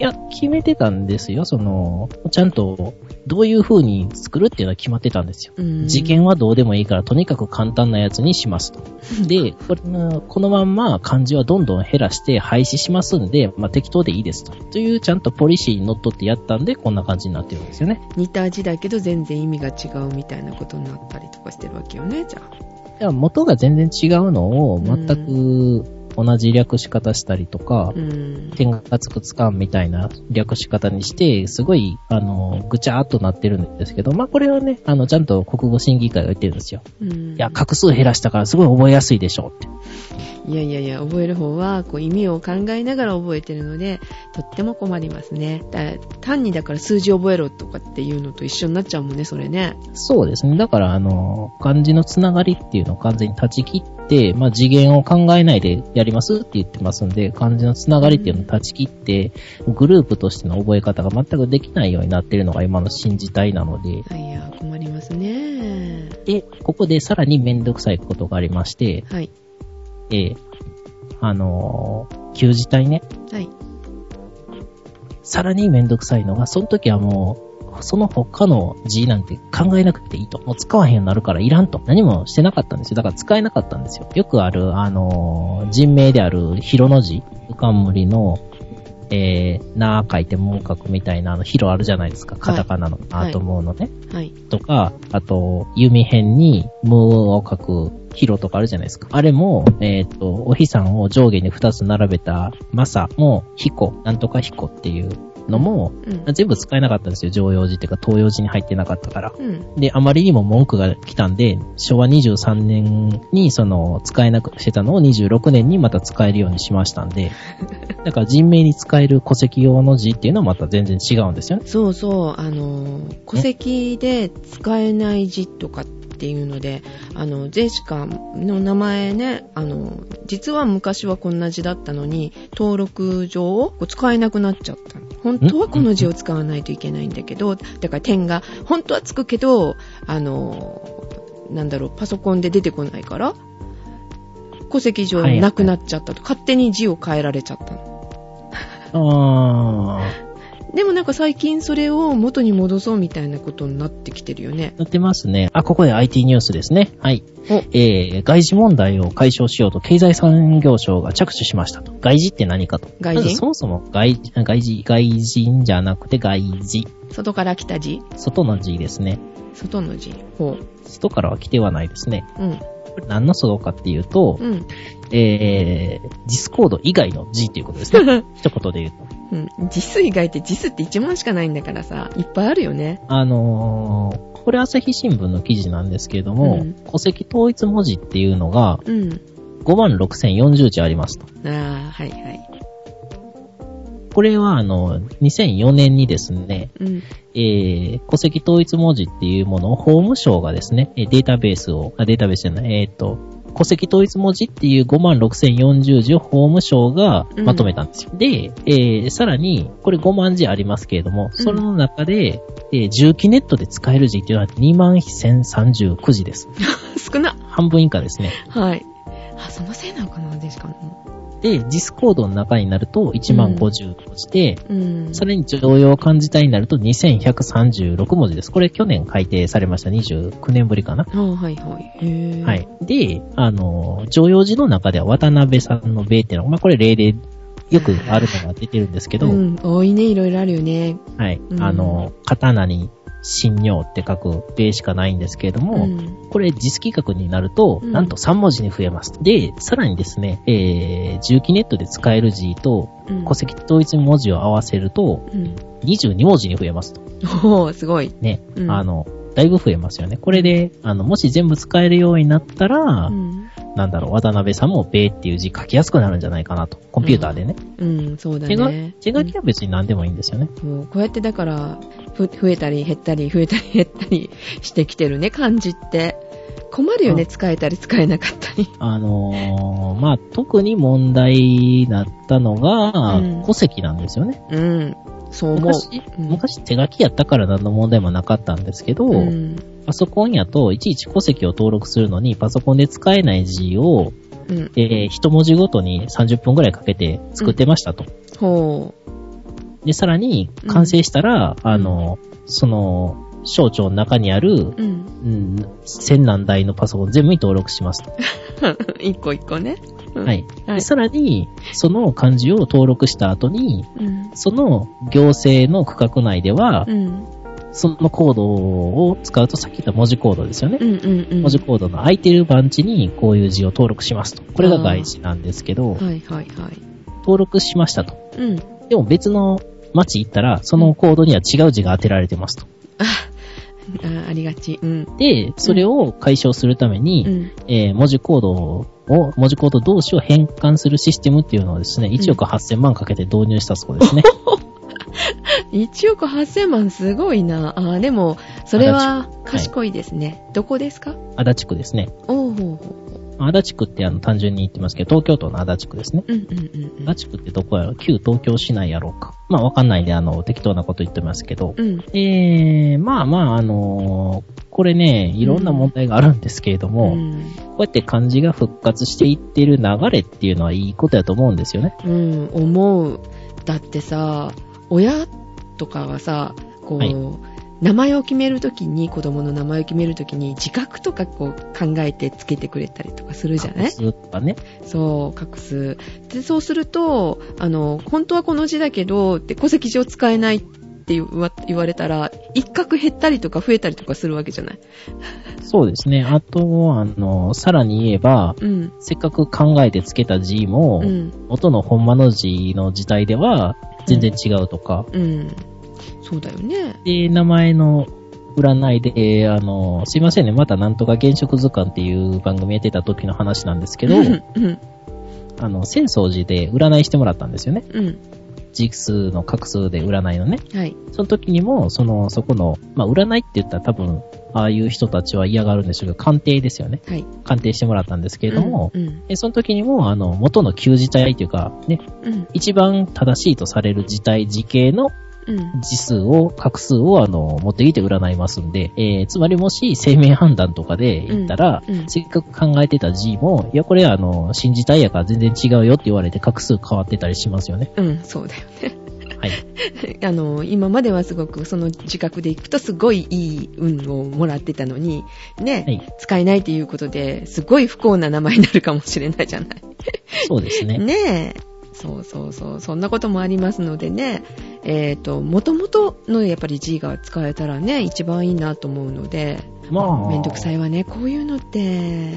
いや、決めてたんですよ。その、ちゃんと、どういう風に作るっていうのは決まってたんですよ。うん。事件はどうでもいいから、とにかく簡単なやつにしま すと。で、これのこのまんま漢字はどんどん減らして廃止しますんで、まあ、適当でいいですと。という、ちゃんとポリシーにのっとってやったんで、こんな感じになってるんですよね。似た字だけど全然意味が違うみたいなことになったりとかしてるわけよね、じゃあ。いや元が全然違うのをうん全く同じ略し方したりとか、うん。点がつくつかんみたいな略し方にして、すごい、あの、ぐちゃーっとなってるんですけど、まあ、これはね、あの、ちゃんと国語審議会が言ってるんですよ。うん、いや、画数減らしたからすごい覚えやすいでしょうって。いやいやいや、覚える方は、こう、意味を考えながら覚えてるので、とっても困りますね。だ単にだから数字覚えろとかっていうのと一緒になっちゃうもんね、それね。そうですね。だから、あの、漢字のつながりっていうのを完全に断ち切って、まあ、次元を考えないでやりますって言ってますんで、漢字のつながりっていうのを断ち切って、グループとしての覚え方が全くできないようになってるのが今の新時代なので、いや、困りますね。で、ここでさらにめんどくさいことがありまして、はい。えーあのー旧字体ね、はい。さらにめんどくさいのが、その時はもう、その他の字なんて考えなくていいと。もう使わへんようになるからいらんと。何もしてなかったんですよ。だから使えなかったんですよ。よくある、あのー人名である、広の字、冠の、えー、なー書いて文書くみたいな、あの、広あるじゃないですか。カタカナの、はいなーと思うのね。はい。とか、あと、弓辺にムーを書くヒロとかあるじゃないですか。あれも、えーっ、と、お日さんを上下に2つ並べたマサもヒコ、なんとかヒコっていうのも、うん。全部使えなかったんですよ。常用字っていうか東用字に入ってなかったから。うん。で、あまりにも文句が来たんで、昭和23年にその使えなくしてたのを26年にまた使えるようにしましたん で、だから人名に使える戸籍用の字っていうのはまた全然違うんですよね。そうそう、あの、戸籍で使えない字とかっていうので、あの、ジェシカの名前ね、あの、実は昔はこんな字だったのに、登録上を使えなくなっちゃった。本当はこの字を使わないといけないんだけど、だから点が、本当はつくけど、あの、なんだろう、パソコンで出てこないから、戸籍上なくなっちゃったと、勝手に字を変えられちゃったの。あー。でもなんか最近それを元に戻そうみたいなことになってきてるよね。なってますね。あ、ここで IT ニュースですね。はい。おえー、外事問題を解消しようと経済産業省が着手しましたと。外事って何かと。外まず人そもそも外、外事、外人じゃなくて外事。外から来た字外の字ですね。外の字。ほ外からは来てはないですね。う。うん。これ何の素動かっていうと、うん。えー、ディスコード以外の G っていうことです ね。一言で言うと。うん。実以外って実って1問しかないんだからさ、いっぱいあるよね。あのー、これ朝日新聞の記事なんですけれども、うん戸籍統一文字っていうのがうん。 56,040字ありますと。ああ、はいはい。これはあの、2004年にですね、うん。えー、戸籍統一文字っていうものを法務省がですね、えーデータベースを、あ、データベースじゃない、えーっ、と、戸籍統一文字っていう56,040字を法務省がうんまとめたんですよ。で、えー、さらに、これ5万字ありますけれども、その中で、えー、重機ネットで使える字っていうのは21,039字です。少な。半分以下ですね。はい。あ、そのせいなのかな、でしかも。で、ディスコードの中になると1万50落ちて、うん。それに常用漢字体になると2136文字です。これ去年改定されました。29年ぶりかな。ああ、はいはい。へえ。は。い。で、あの、常用字の中では渡辺さんの米っていうのは、まあ、これ例でよくあるのが出てるんですけど、うん。多いね、いろいろあるよね。はい。うんあの、刀に新尿って書く米しかないんですけれども、ん。これ実規格になると、うんなんと3文字に増えます。で、さらにですね、えー、重機ネットで使える字と、うん戸籍統一文字を合わせると、うん。 22文字に増えますと。おおすごい。ね、うんあの、だいぶ増えますよね。これで、あの、もし全部使えるようになったら、うん。なんだろう、渡辺さんも、米っていう字書きやすくなるんじゃないかなと。コンピューターでね。うん、そうだ手書ね。手書きは別に何でもいいんですよね。もうこうやってだから、ふ増えたり減ったり、増えたり減ったりしてきてるね、感じって。困るよね、うん使えたり使えなかったり。あのーまあ、特に問題になったのが、うん戸籍なんですよね。うん、そう思う。昔、うん昔手書きやったから何の問題もなかったんですけど、うん、パソコンやといちいち戸籍を登録するのにパソコンで使えない字を、うん、えー一文字ごとに30分くらいかけて作ってましたと。ほで、さらに完成したら、あの、その、省庁の中にある、う。うん。うん、千何台のパソコン全部に登録しますと。 一個一個ね。うんはい。はいでさらに、その漢字を登録した後に、うん。その行政の区画内ではう、ん。そのコードを使うと、さっき言った文字コードですよねう。んうんうん。文字コードの空いてる番地にこういう字を登録しますと。これが外事なんですけど、はいはいはい。登録しましたと。うん。でも別の町行ったら、そのコードには違う字が当てられてますと。あありがち。うん。で、それを解消するために、うん。えー文字コードを、文字コード同士を変換するシステムっていうのをですね、1億8000万かけて導入したそうですね。 1億8000万すごいな。あーでも、それは賢いですね。どこですか 足立区ですね。おうほうほ足立区ってあの単純に言ってますけど、東京都の足立区ですね。う。うんうんうんうん。足立区ってどこやろ旧東京市内やろうか。まあわかんないんで、あの、適当なこと言ってますけど。うん。えー、まあまあ、あのーこれね、いろんな問題があるんですけれども、うんこうやって漢字が復活していってる流れっていうのはいいことだと思うんですよね。うん、思う。だってさ、親とかはさ、こう、はい名前を決めるときに、子供の名前を決めるときに、自覚とかこう考えてつけてくれたりとかするじゃないずっとね。そう、隠す。で、そうすると、あの、本当はこの字だけど、で、戸籍上使えないって言わ言われたら、一角減ったりとか増えたりとかするわけじゃないそうですね。あと、あの、さらに言えば、うん。せっかく考えてつけた字も、うん。元の本間の字の字体では全然違うとか、うん。そうだよね。で、名前の占いで、あの、すいませんね、またなんとか原色図鑑っていう番組やってた時の話なんですけどう、ん。うん。あの、浅草寺で占いしてもらったんですよね。うん。字数の画数で占いのね。はい。その時にも、その、そこの、まあ、占いって言ったら多分、ああいう人たちは嫌がるんでしょうけど、鑑定ですよね。はい。鑑定してもらったんですけれども、うん。で、その時にも、あの、元の旧字体というか、ね、うん。一番正しいとされる字体、字形のうん。字数を、画数を、あの、持ってきて占いますんで、えー、つまりもし、生命判断とかで言ったら、うんうんせっかく考えてた字も、いや、これ、あの、新字体やから全然違うよって言われて、画数変わってたりしますよね。うん、そうだよはい。ね。あの、今まではすごくその自覚でいくとすごいいい運をもらってたのに、ね、はい。使えないっていうことですごい不幸な名前になるかもしれないじゃない。そうですね。ねえ。そうそうそう。そんなこともありますのでね。えっ、と、元々のやっぱり G が使えた らね、一番いいなと思うので。まあ、めんどくさいわね。こういうのって。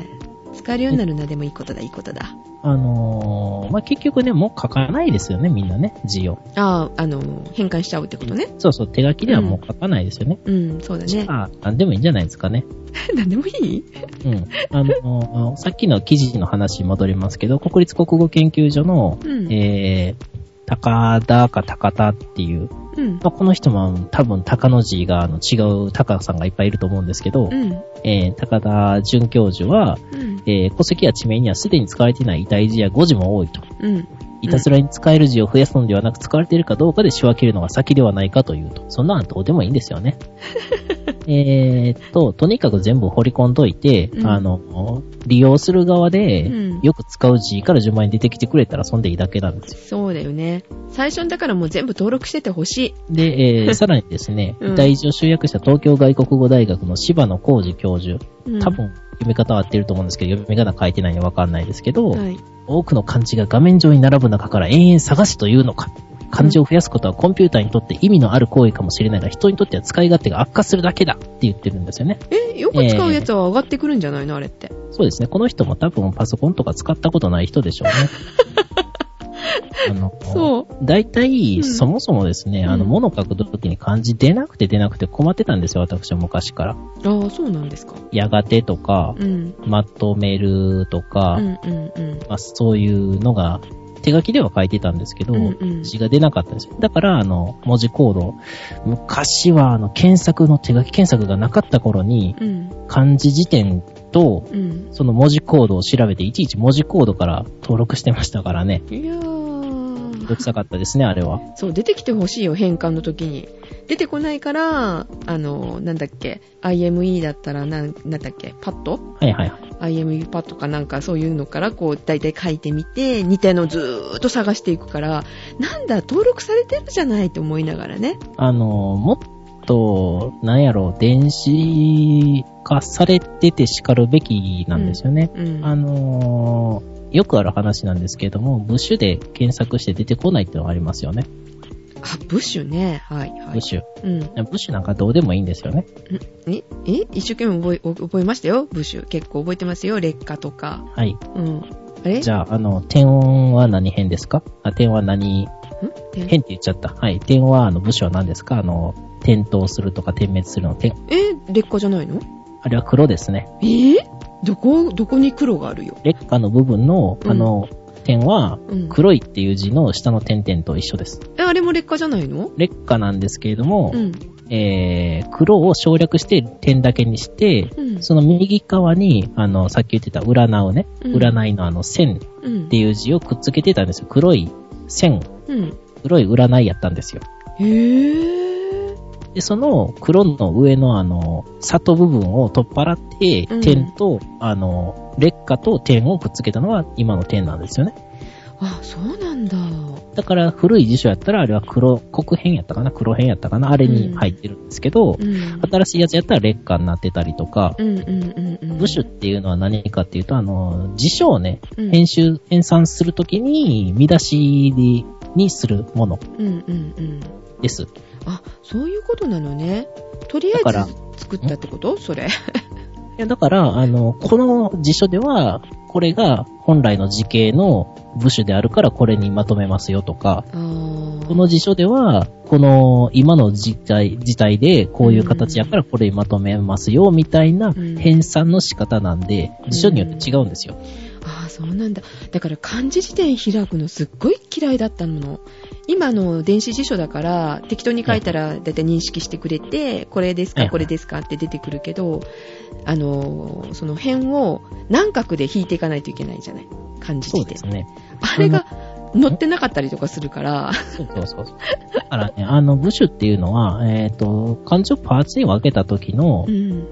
使えるようになるな、でもいいことだ、いいことだ。あのーまあ、結局ね、もう書かないですよね、みんなね、字を。ああ、あの、変換しちゃうってことね。そうそう、手書きではもう書かないですよね。うん、そうだね。ああ、なんでもいいんじゃないですかね。 何でもいいうん。あのーさっきの記事の話に戻りますけど、国立国語研究所の、うん。えー、高田か高田っていう、うん。まあ、この人も多分高の字があの違う高さんがいっぱいいると思うんですけど、うん。えー高田准教授は、うん。えー戸籍や地名にはすでに使われていない痛い字や誤字も多いと。うん。いたずらに使える字を増やすのではなく使われているかどうかで仕分けるのが先ではないかというと。そんなのどうでもいいんです よね。えーっと、とにかく全部掘り込んどいて、うんあの、利用する側で、うんよく使う字から順番に出てきてくれたらそんでいいだけなんですよ。そうだよね。最初にだからもう全部登録しててほしい。で、え ーさらにですね、うん大字を集約した東京外国語大学の柴野浩二教授、うん多。分読み方は合ってると思うんですけど、読み方書いてないのでわかんないですけど、はい。多くの漢字が画面上に並ぶ中から延々探しというのか。漢字を増やすことはコンピューターにとって意味のある行為かもしれないが、人にとっては使い勝手が悪化するだけだって言ってるんですよね。え、よく使うやつは上がってくるんじゃないのあれって。そうですね。この人も多分パソコンとか使ったことない人で しょうね。あのそ大体、うんそもそもですね、あの、うん物書くときに漢字出なくて出なくて困ってたんですよ、私は昔から。う。ああ、そうなんですか。やがてとか、うん。まとめるとうか、んうんうん。まあ、そういうのが、手書きでは書いてたんですけど、うんうん字が出なかったんですよ。だから、あの、文字コード、昔は、あの、検索の手書き検索がなかった頃に、うん漢字辞典と、うん。その文字コードを調べて、いちいち文字コードから登録してましたからね。いやーめんどくさかったですね、あれは。そう、出てきてほしいよ、変換の時に。出てこないから、あの、なんだっけ、IME だったら、なん、なんだっけ、パッドはいはいはい。 ?IME パッドかなんかそういうのから、こう、だいたい書いてみて、似たのをずーっと探していくから、なんだ、登録されてるじゃないと思いながらね。あの、もっと、なんやろう、電子化されてて叱るべきなんですよね。うん。あのーよくある話なんですけれども、ブッシュで検索して出てこないってのがありますよね。あ、ブッシュね。はい、はブッい。シュ。うん。ブッシュなんかどうでもいいんですよね。ええ一生懸命覚え、お覚えましたよ、ブッシュ。結構覚えてますよ、劣化とか。はい。うん。あれじゃあ、あの、点音は何変ですかあ、点は何ん変って言っちゃった。はい。点は、あの、ブッシュは何ですかあの、点灯するとか点滅するの点。え劣化じゃないのあれは黒ですね。えーどこ、どこに黒があるよ。劣化の部分の、うんあの、点は、うん。黒いっていう字の下の点々と一緒です。え、あれも劣化じゃないの劣化なんですけれども、うん。えー、黒を省略して点だけにして、うん。その右側に、あの、さっき言ってた占うね、うん占いのあの線っうんて。いう字をくっつけてたんですよ。黒い線、うん。黒い占いやったんですよ。へぇー。で、その黒の上のあの、里部分を取っ払ってうん、点と、あの、劣化と点をくっつけたのは今の点なんですよね。あ、そうなんだ。だから古い辞書やったらあれは黒、黒辺やったかな黒辺やったかなあれに入ってるんですけど、うん。新しいやつやったら劣化になってたりとか、うんうんうんうん。部首っていうのは何かっていうと、あの、辞書をね、うん編集、編纂するときに、見出しにするものうんうんうん。です。あ、そういうことなのね。とりあえだからず作ったってことそれ。いや、だから、あの、この辞書では、これが本来の字形の部首であるから、これにまとめますよとか、あー。この辞書では、この今の事態、事態で、こういう形やからこれにまとめますよ、みたいなうん編纂の仕方なんで、辞書によって違うんですよ。ああ、そうなんだ。だから漢字辞典開くのすっごい嫌いだったの。今の電子辞書だから適当に書いたらだいたい認識してくれて、これですはか、いこれですかって出てくるけど、あのー、その辺を何角で引いていかないといけないじゃない漢字そう辞で典す。ね。あれが載ってなかったりとかするから、そうそうそう。だからね、あの、部首っていうのは、えっ、と、漢字をパーツに分けた時のう、ん、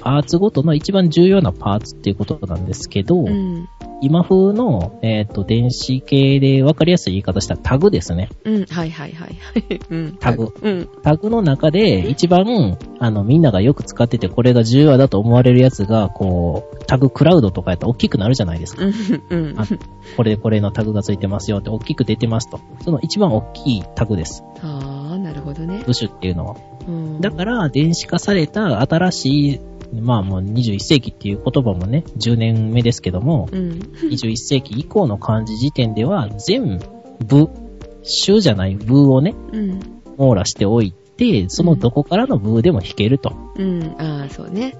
パーツごとの一番重要なパーツっていうことなんですけど、うん、今風の、えっ、と、電子系で分かりやすい言い方したらタグですね。うん、はいはいはいはい。うん、タグ。うん、タグの中で一番、あの、みんながよく使っててこれが重要だと思われるやつが、こう、タグクラウドとかやったら大きくなるじゃないですか。うん、うんあ。これ、これのタグがついてますよって大きく出てますと。その一番大きいタグです。ああ、なるほどね。部首っていうのは。うんだから、電子化された新しいまあもう21世紀っていう言葉もね、10年目ですけども、うん。 21世紀以降の漢字時点では、全部、種じゃない部をね、うん。網羅しておいて、そのどこからの部でも弾けると。うん。ああ、そうね。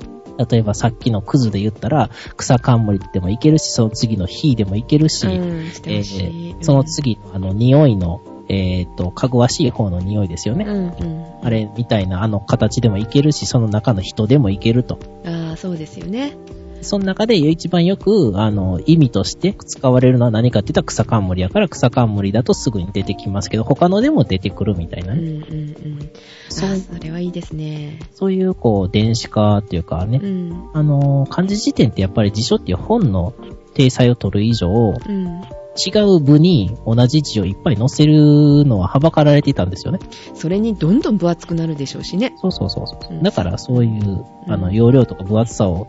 例えばさっきのクズで言ったら、草冠でもいけるし、その次の火でもいけるし、うん。してえほしい。ーその次のあの匂いの、えっ、と、かぐわしい方の匂いですようね。ん。うん。あれみたいなあの形でもいけるし、その中の人でもいけると。ああ、そうですよね。その中で一番よく、あの、意味として使われるのは何かって言ったら草冠やから草冠だとすぐに出てきますけど、他のでも出てくるみたいなうん。うね。ん。うん。そああ、うそれはいいですね。そういう、こう、電子化っていうかねう、ん。あの、漢字辞典ってやっぱり辞書っていう本の体裁を取る以上、うん。違う部に同じ字をいっぱい載せるのははばかられていたんですよね。それにどんどん分厚くなるでしょうしね。そうそうそうそう、うんだからそういう、あうの、ん容量とか分厚さを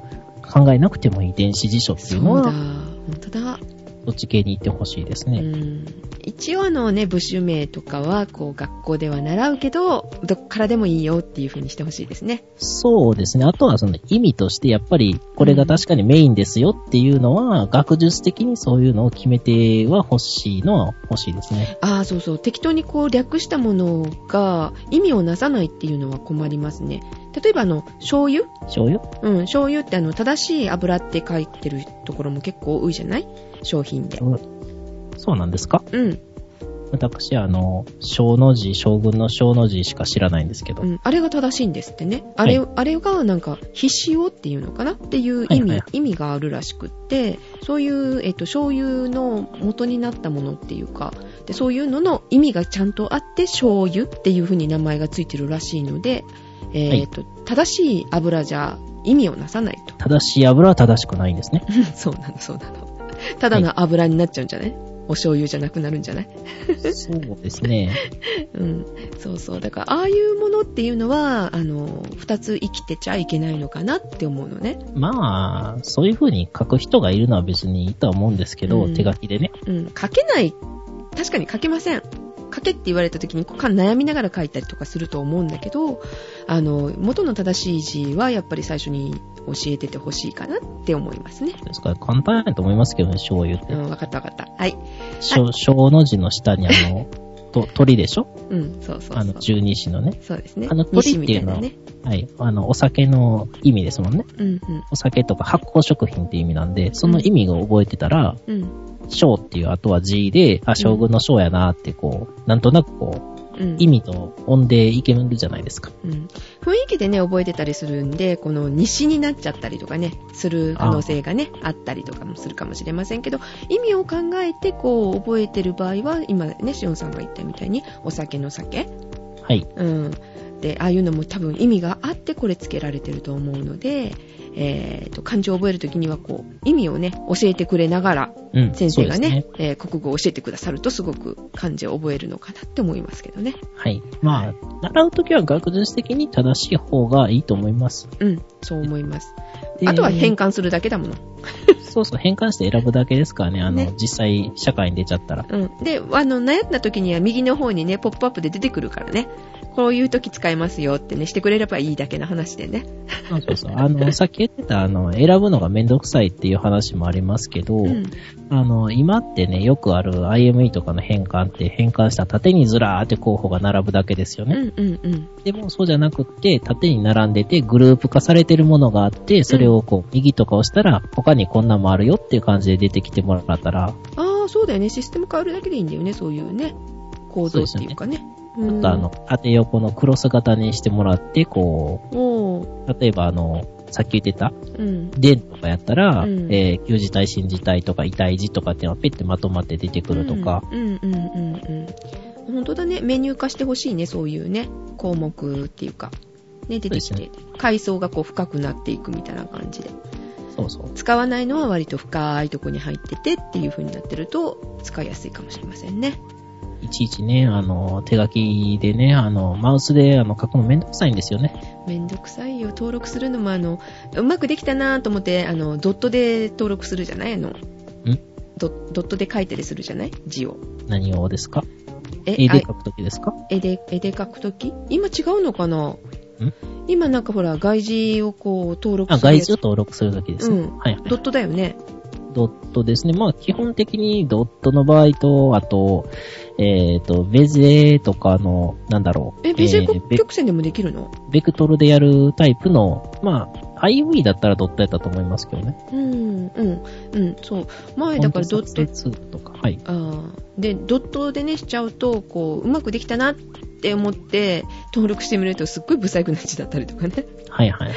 考えなくてもいい電子辞書っていそううのだ。は、本当だ。そっち系に行ってほしいですうね。ん一応あのね、部首名とかは、こう、学校では習うけど、どっからでもいいよっていう風にしてほしいですね。そうですね。あとはその意味として、やっぱり、これが確かにメインですよっていうのは、学術的にそういうのを決めては欲しいのは欲しいですね。ああ、そうそう。適当にこう、略したものが、意味をなさないっていうのは困りますね。例えばあの、醤油醤油うん、醤油ってあの、正しい油って書いてるところも結構多いじゃない商品で。そうなんですかうん、私、あの、小の字、将軍の小の字しか知らないんですけどう。ん。あれが正しいんですってね。あれ、はあれがなんか、必死をっていうのかなっていうはい意味、はい意味があるらしくって、そういう、えっと、醤油の元になったものっていうか、で、そういうのの意味がちゃんとあって、醤油っていう風に名前がついてるらしいので、えーはいえっと、正しい油じゃ意味をなさないと。正しい油は正しくないんですね。 そうなの、そうなの。ただの油になっちゃうんじゃないお醤油じゃなくなるんじゃないそうですね。うん、そうそう。だから、ああいうものっていうのは、あの、二つ生きてちゃいけないのかなって思うのね。まあ、そういう風に書く人がいるのは別にいいとは思うんですけど、うん手書きでね。うん、書けない、確かに書けません。書けって言われた時に、こうか悩みながら書いたりとかすると思うんだけど、あの、元の正しい字はやっぱり最初に教えててほしいかなって思いますね。ですから簡単やと思いますけどね、醤油っうて。ん、わかったわかった。はい。小、小の字の下にあの、と鳥でしょうん、そうそうあその、う。十二支のね。そうですね。あの西みたいな鳥っね。はい。あの、お酒の意味ですもんね。うん、お酒とか発酵食品って意味なんで、その意味を覚えてたら、うん、うん、小っていう、あとは字で、あ、将軍の小やなってこう、なんとなくこう、うん。意味と音でいけるじゃないですか。うん、雰囲気でね覚えてたりするんでこの西になっちゃったりとかねする可能性がねあったりとかもするかもしれませんけど意味を考えてこう覚えてる場合は今ねしおんさんが言ったみたいにお酒の酒、はい。うん、でああいうのも多分意味があってこれつけられてると思うので、えー、と漢字を覚えるときにはこう意味をね教えてくれながらうん。先生がねそうですえー国語を教えてくださるとすごく漢字を覚えるのかなって思いますけどね。はい。まあ、習うときは学術的に正しい方がいいと思います。うん、そう思います。であとは変換するだけだもの。そうそう、変換して選ぶだけですからね、あの、ね実際、社会に出ちゃったら。うん。で、あの、悩んだ時には右の方にね、ポップアップで出てくるからね。こういう時使えますよってね、してくれればいいだけの話でね。そうそうそう。あの、さっき言ってた、あの、選ぶのがめんどくさいっていう話もありますけど、うん。あの、今ってね、よくある IME とかの変換って、変換したら縦にずらーって候補が並ぶだけですようね。んうんうん。でも、そうじゃなくって、縦に並んでて、グループ化されてるものがあって、それをこう、右とか押したら、他にこんなんもあるよっていう感じで出てきてもらったら、ああ、そうだよね。システム変わるだけでいいんだよね、そういうね。構造っていうかね。うちょっんとあの、。縦横のクロス型にしてもらって、こおーう、例えばあの、さっき言ってた、うん。でとかやったら、うんえー、旧字体、新字体とか、異体字とかっていうのはペッてまとまって出てくるとか、うんうんうんうんうん。本当だね。メニュー化してほしいね、そういうね。項目っていうか。ね、出てきそうでて。階層がこう深くなっていくみたいな感じで。そうそう。使わないのは割と深いとこに入っててっていう風になってると使いやすいかもしれませんね。いちいちね、あの、手書きでね、あの、マウスであの書くのめんどくさいんですよね。めんどくさいよ。登録するのもあの、うまくできたなと思って、あの、ドットで登録するじゃないあのド、ドットで書いたりするじゃない字を。何をですかえ、絵あで書くときですか絵で、絵で書くとき今違うのかな今なんかほら、外事をこう、登録あ、する外や事つを登録するだけですね。うんはいはい。ドットだよね。ドットですね。まあ、基本的にドットの場合と、あと、えっ、と、ベゼとかの、なんだろう。え、ベジェえーベ曲線でもできるのベクトルでやるタイプの、まあ、IOE だったらドットやったと思いますけどね。うん、うん、うん、そう。前だからドット、トとか。はい。あーで、ドットでね、しちゃうと、こう、うまくできたなって思って、登録してみるとすっごいブサイクな字だったりとかね、 はいはい。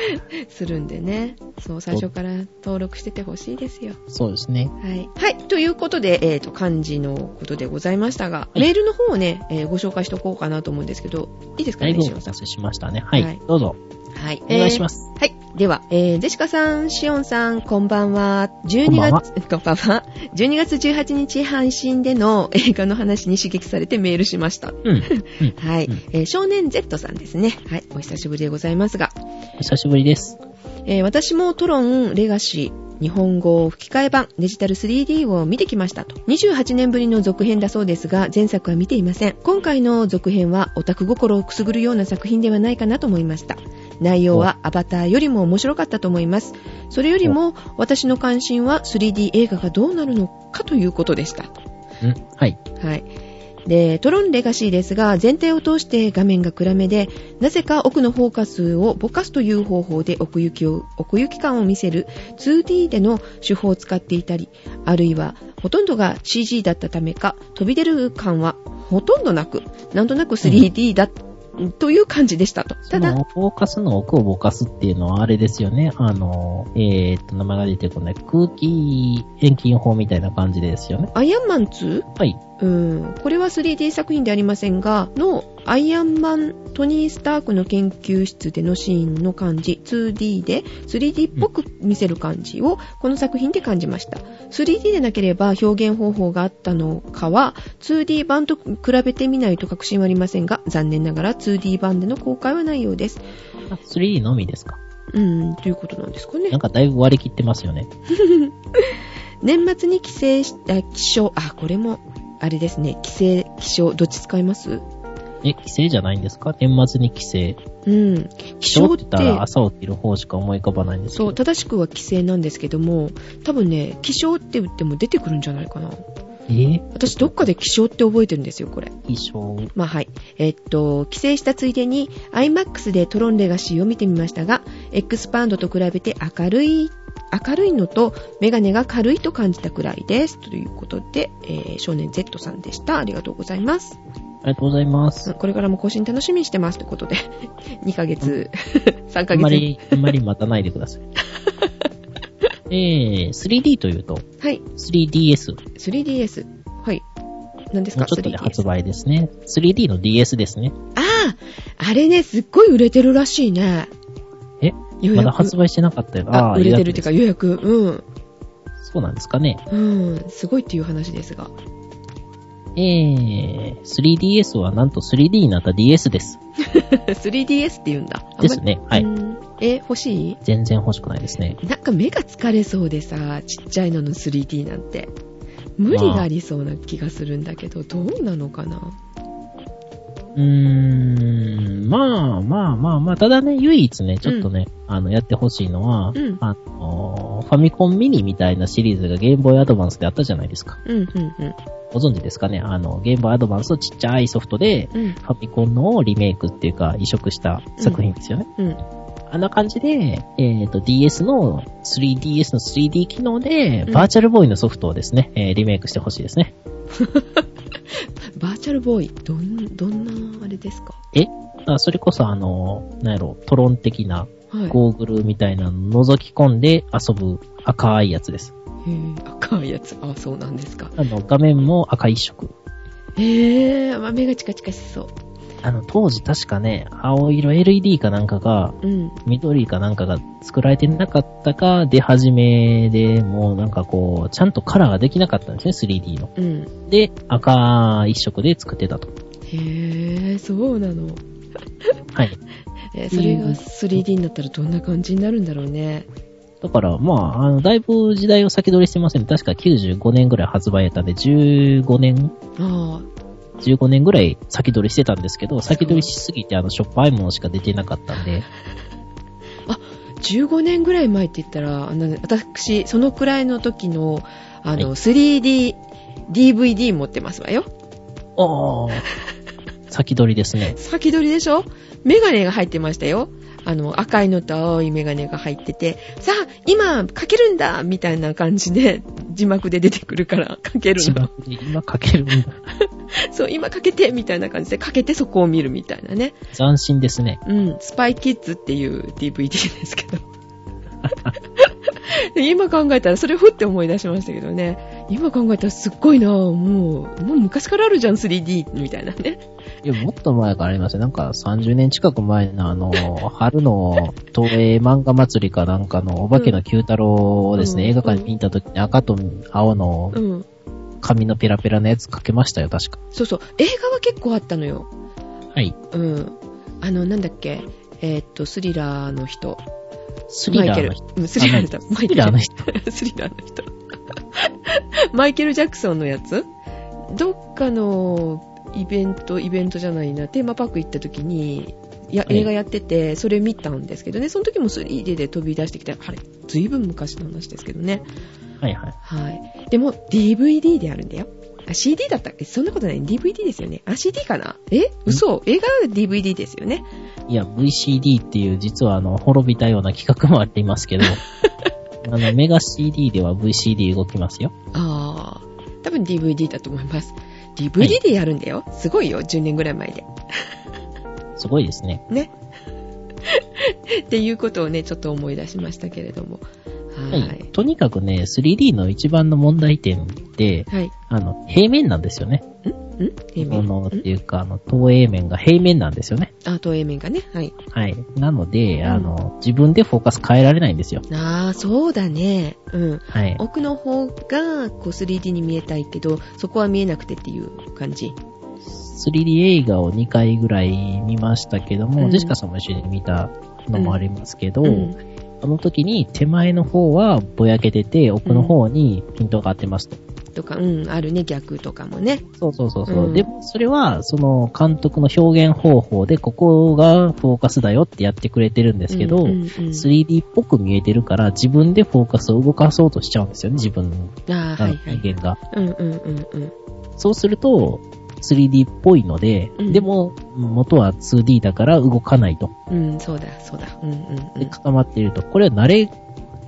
するんでね。そう、最初から登録しててほしいですよ。そうですね。はい。はい。ということで、えっ、と、漢字のことでございましたが、いメールの方をね、えーご紹介しとこうかなと思うんですけど、いいですかだいね、ぶおしおん待さたん。せしましたね。はい。はいどうぞ。はい。お願いします。はい。では、えー、ジェシカさん、シオンさん、こんばんは。12こんばんは月、 こんばんは。12月18日配信での映画の話に刺激されてメールしました。うん。はい。うんえー少年 Z さんですね。はい。お久しぶりでございますが、お久しぶりです。えー私もトロン、レガシー、日本語吹き替え版、デジタル 3D を見てきましたと。28年ぶりの続編だそうですが、前作は見ていません。今回の続編はオタク心をくすぐるような作品ではないかなと思いました。内容はアバターよりも面白かったと思います。それよりも、私の関心は 3D 映画がどうなるのかということでした。うん。はい。はい。で、トロンレガシーですが、全体を通して画面が暗めで、なぜか奥のフォーカスをぼかすという方法で奥行きを、奥行き感を見せる 2D での手法を使っていたり、あるいはほとんどが CG だったためか、飛び出る感はほとんどなく、なんとなく 3D だ、という感じでしたと。そただ、の、フォーカスの奥をぼかすっていうのは、あれですよね。あの、えーっと、名前が出てこない。空気遠近法みたいな感じですよね。アイアンマン 2? はい。うん、これは 3D 作品でありませんが、のアイアンマン、トニー・スタークの研究室でのシーンの感じ、2D で 3D っぽく見せる感じをこの作品で感じました。3D でなければ表現方法があったのかは、2D 版と比べてみないと確信はありませんが、残念ながら 2D 版での公開はないようです。あ 3D のみですか。うん、ということなんですかねなん。かだいぶ割り切ってますよね。年末に帰省した、気象、あ、これも、あれですね、帰省、気象、どっち使いますえ、帰省じゃないんですか年末に帰省。うん。気帰省象っって言てった、ら朝起きる方しか思い浮かばないんですけそう、ど。正しくは規制なんですけども、多分ね、気象って言っても出てくるんじゃないかな。えー私、どっかで気象って覚えてるんですよ、これ。気象。まあはい。えっと、帰省したついでに iMAX でトロンレガシーを見てみましたが、X パンドと比べて明るい、明るいのとメガネが軽いと感じたくらいです。ということで、えー少年 Z さんでした。ありがとうございます。ありがとうございます。これからも更新楽しみにしてます。ということで、2ヶ 月、3 あヶ月。んまり、あんまり待たないで ください。えー、3D というと、はい。 3DS。 3DS。はい。何ですもかうちょっとで 3DS 発売ですね。3D の DS ですね。ああ、あれね、すっごい売れてるらしいね。え予約まだ発売してなかったよ。あ、あー売れてるっていうか予約予約。うん。ですそうなんですかね。うん。すごいっていう話ですが。 えー、3DS はなんと 3D になった DS です。 3DS って言うんだ。あんまりですね。はうい。んえ、欲しい全然欲しくないですね。なんか目が疲れそうでさ、ちっちゃいのの 3D なんて。無理がありそうな気がするんだけど、どうなのかなうーん、まあまあまあまあ、ただね、唯一ね、ちょっとね、あの、やってほしいのは、うんあのー、ファミコンミニみたいなシリーズがゲームボーイアドバンスであったじゃないですか。うん、うん、ご存知ですかねあの、ゲームボーイアドバンスのちっちゃいソフトで、うん。うん、ファミコンのをリメイクっていうか、移植した作品ですよね。うん。あんな感じで、えっ、と、DS の、3DS の 3D 機能で、うんバーチャルボーイのソフトをですね、えーリメイクしてほしいですね。バーチャルボーイ、どん、どんなあれですかあそれこそ、あの、なんやろ、トロン的なはい。ゴーグルみたいなのを覗き込んで遊ぶ赤いやつです。へー赤いやつ。あ、そうなんですか。あの、画面も赤一色。へえ、まあ目がチカチカしそあの、当時確かね、青色 LED かなんかが、う。うん。緑かなんかが作られてなかったか、出始めでもうなんかこう、ちゃんとカラーができなかったんですね、3D の。うん。で、赤一色で作ってたと。へえ、そうなの。はい。えーそれうがん 3D になったらどんな感じになるんだろうね。だから、まあ、あの、だいぶ時代を先取りしてません。確か95年ぐらい発売やったんで、15年ああ、 15年ぐらい先取りしてたんですけど、先取りしすぎてあの、しょっぱいものしか出てなかったんで、 15年ぐらい前って言ったら、あの私、そのくらいの時の、あの、3D、DVD 持ってますわよ。ああ、先取りですね。先取りでしょメガネが入ってましたよ。あの、赤いのと青いメガネが入ってて、さあ、今、かけるんだみたいな感じで、字幕で出てくるから、かける一んだ番。今かけるんだ。そう、今かけてみたいな感じで、かけてそこを見るみたいなね。斬新ですね。うん、スパイキッズっていう DVD ですけど。で今考えたら、それをふって思い出しましたけどね。今考えたらすっごいなぁもう、もう昔からあるじゃん、3D みたいなね。いや、もっと前からありますよ。なんか30年近く前のあの、春の東映漫画祭りかなんかのお化けの九太郎をですね、うん映画館に見た時に赤と青のうん。髪のペラペラのやつかけましたよ、確か。そうそう、映画は結構あったのよ。はい。うん。あの、なんだっけ、えーっと、スリラーの人。スリラーのマイケ人。ルうんスリラーの人。マスリラーの人。人。 スリラーの人。マイケル・ジャクソンのやつどっかのイベント、イベントじゃないな、テーマパーク行った時に、やええ映画やってて、それ見たんですけどね、その時も 3D で飛び出してきた。あれ、ずいぶん昔の話ですけどね。はいはい。はい。でも、DVD であるんだよ。あ、CD だったえそんなことない。DVD ですよね。あ、CD かなえ嘘映画は DVD ですよね。いや、VCD っていう実はあの、滅びたような企画もありますけ ど、あの、メガ CD では VCD 動きますよ。あー。多分 DVD だと思います。DVD でやるんだよ。すごいよ。10年ぐらい前で。すごいですね。ね。 っていうことをね、ちょっと思い出しましたけれども。は。はいい。とにかくね、3D の一番の問題点って、はい。あの、平面なんですよね。ん平も面。のっていうか、あの、投影面が平面なんですよね。あ、透明面がね。はい。はい。なので、んあの、自分でフォーカス変えられないんですよ。あー、そうだね。うん。はい。奥の方が、こう 3D に見えたいけど、そこは見えなくてっていう感じ。 3D 映画を2回ぐらい見ましたけどうも、んジェシカさんも一緒に見たのもありますけど、うんあの時に手前の方はぼやけてて、奥の方にピントが合ってますと。とか、うん、あるね、逆とかもね。そうそうそうそう。うんでも、それは、その監督の表現方法で、ここがフォーカスだよってやってくれてるんですけど、うんうんうん 3D っぽく見えてるから、自分でフォーカスを動かそうとしちゃうんですよね、自分のあーはいはい。人間が。うんうんうんうん。そうすると、3D っぽいので、うんでも、元は 2D だから動かないと。うん、そうだ、そうだ。うんうんうで、ん。固まっていると。これは慣れ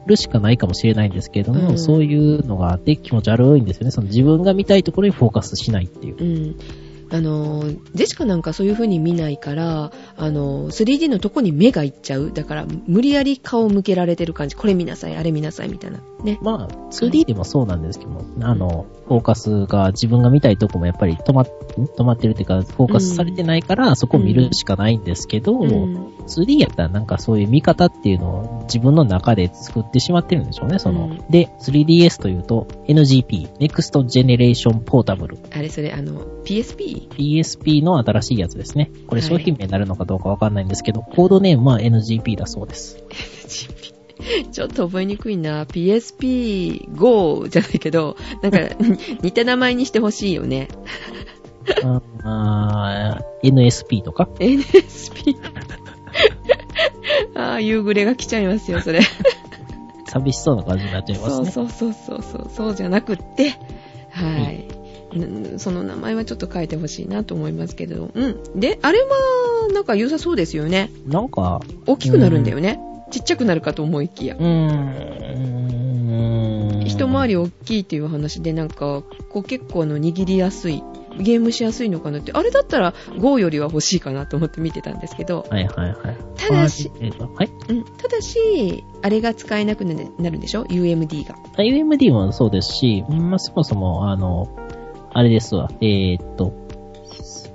るしかないかもしれないんですけれども、うんそういうのがあって気持ち悪いんですよね。その自分が見たいところにフォーカスしないっていう。うん。あのー、ジェシカなんかそういう風に見ないから、あのー、3D のとこに目がいっちゃう。だから、無理やり顔を向けられてる感じ。これ見なさい、あれ見なさい、みたいな。ね。まあ、2D でもそうなんですけども、あの、フォーカスが自分が見たいとこもやっぱり止まっ、止まってるっていうか、フォーカスされてないから、そこを見るしかないんですけど、うん、 2D やったらなんかそういう見方っていうのを自分の中で作ってしまってるんでしょうね、その。うんで、3DS というと NGP、Next Generation Portable。あれ、それ、あの、PSP? PSP の新しいやつですね。これはい商品名になるのかどうかわかんないんですけど、コードネームは NGP だそうです。 ちょっと覚えにくいな。PSP-GO じゃないけど、なん か、似た名前にしてほしいよね。ああー NSP とか NSP ああ、夕暮れが来ちゃいますよ、それ。寂しそうな感じになっちゃいますそうそね。うそうそうそう、そうじゃなくって、はい。うんその名前はちょっと変えてほしいなと思いますけど、うん。で、あれは、なんか良さそうですよね。なんか、大きくなるんだよね。ちっちゃくなるかと思いきやう。ーん。一回り。り大きいっていう話で、なんか、こう結構あの握りやすい、ゲームしやすいのかなって、あれだったら GO よりは欲しいかなと思って見てたんですけど、はいはいはい。ただしパーティーはい。うん。ただし、あれが使えなくなるなるんでしょ ?UMD が。 IMD もそうですし、まあ、そもそも、あの、あれですわ、えーっと、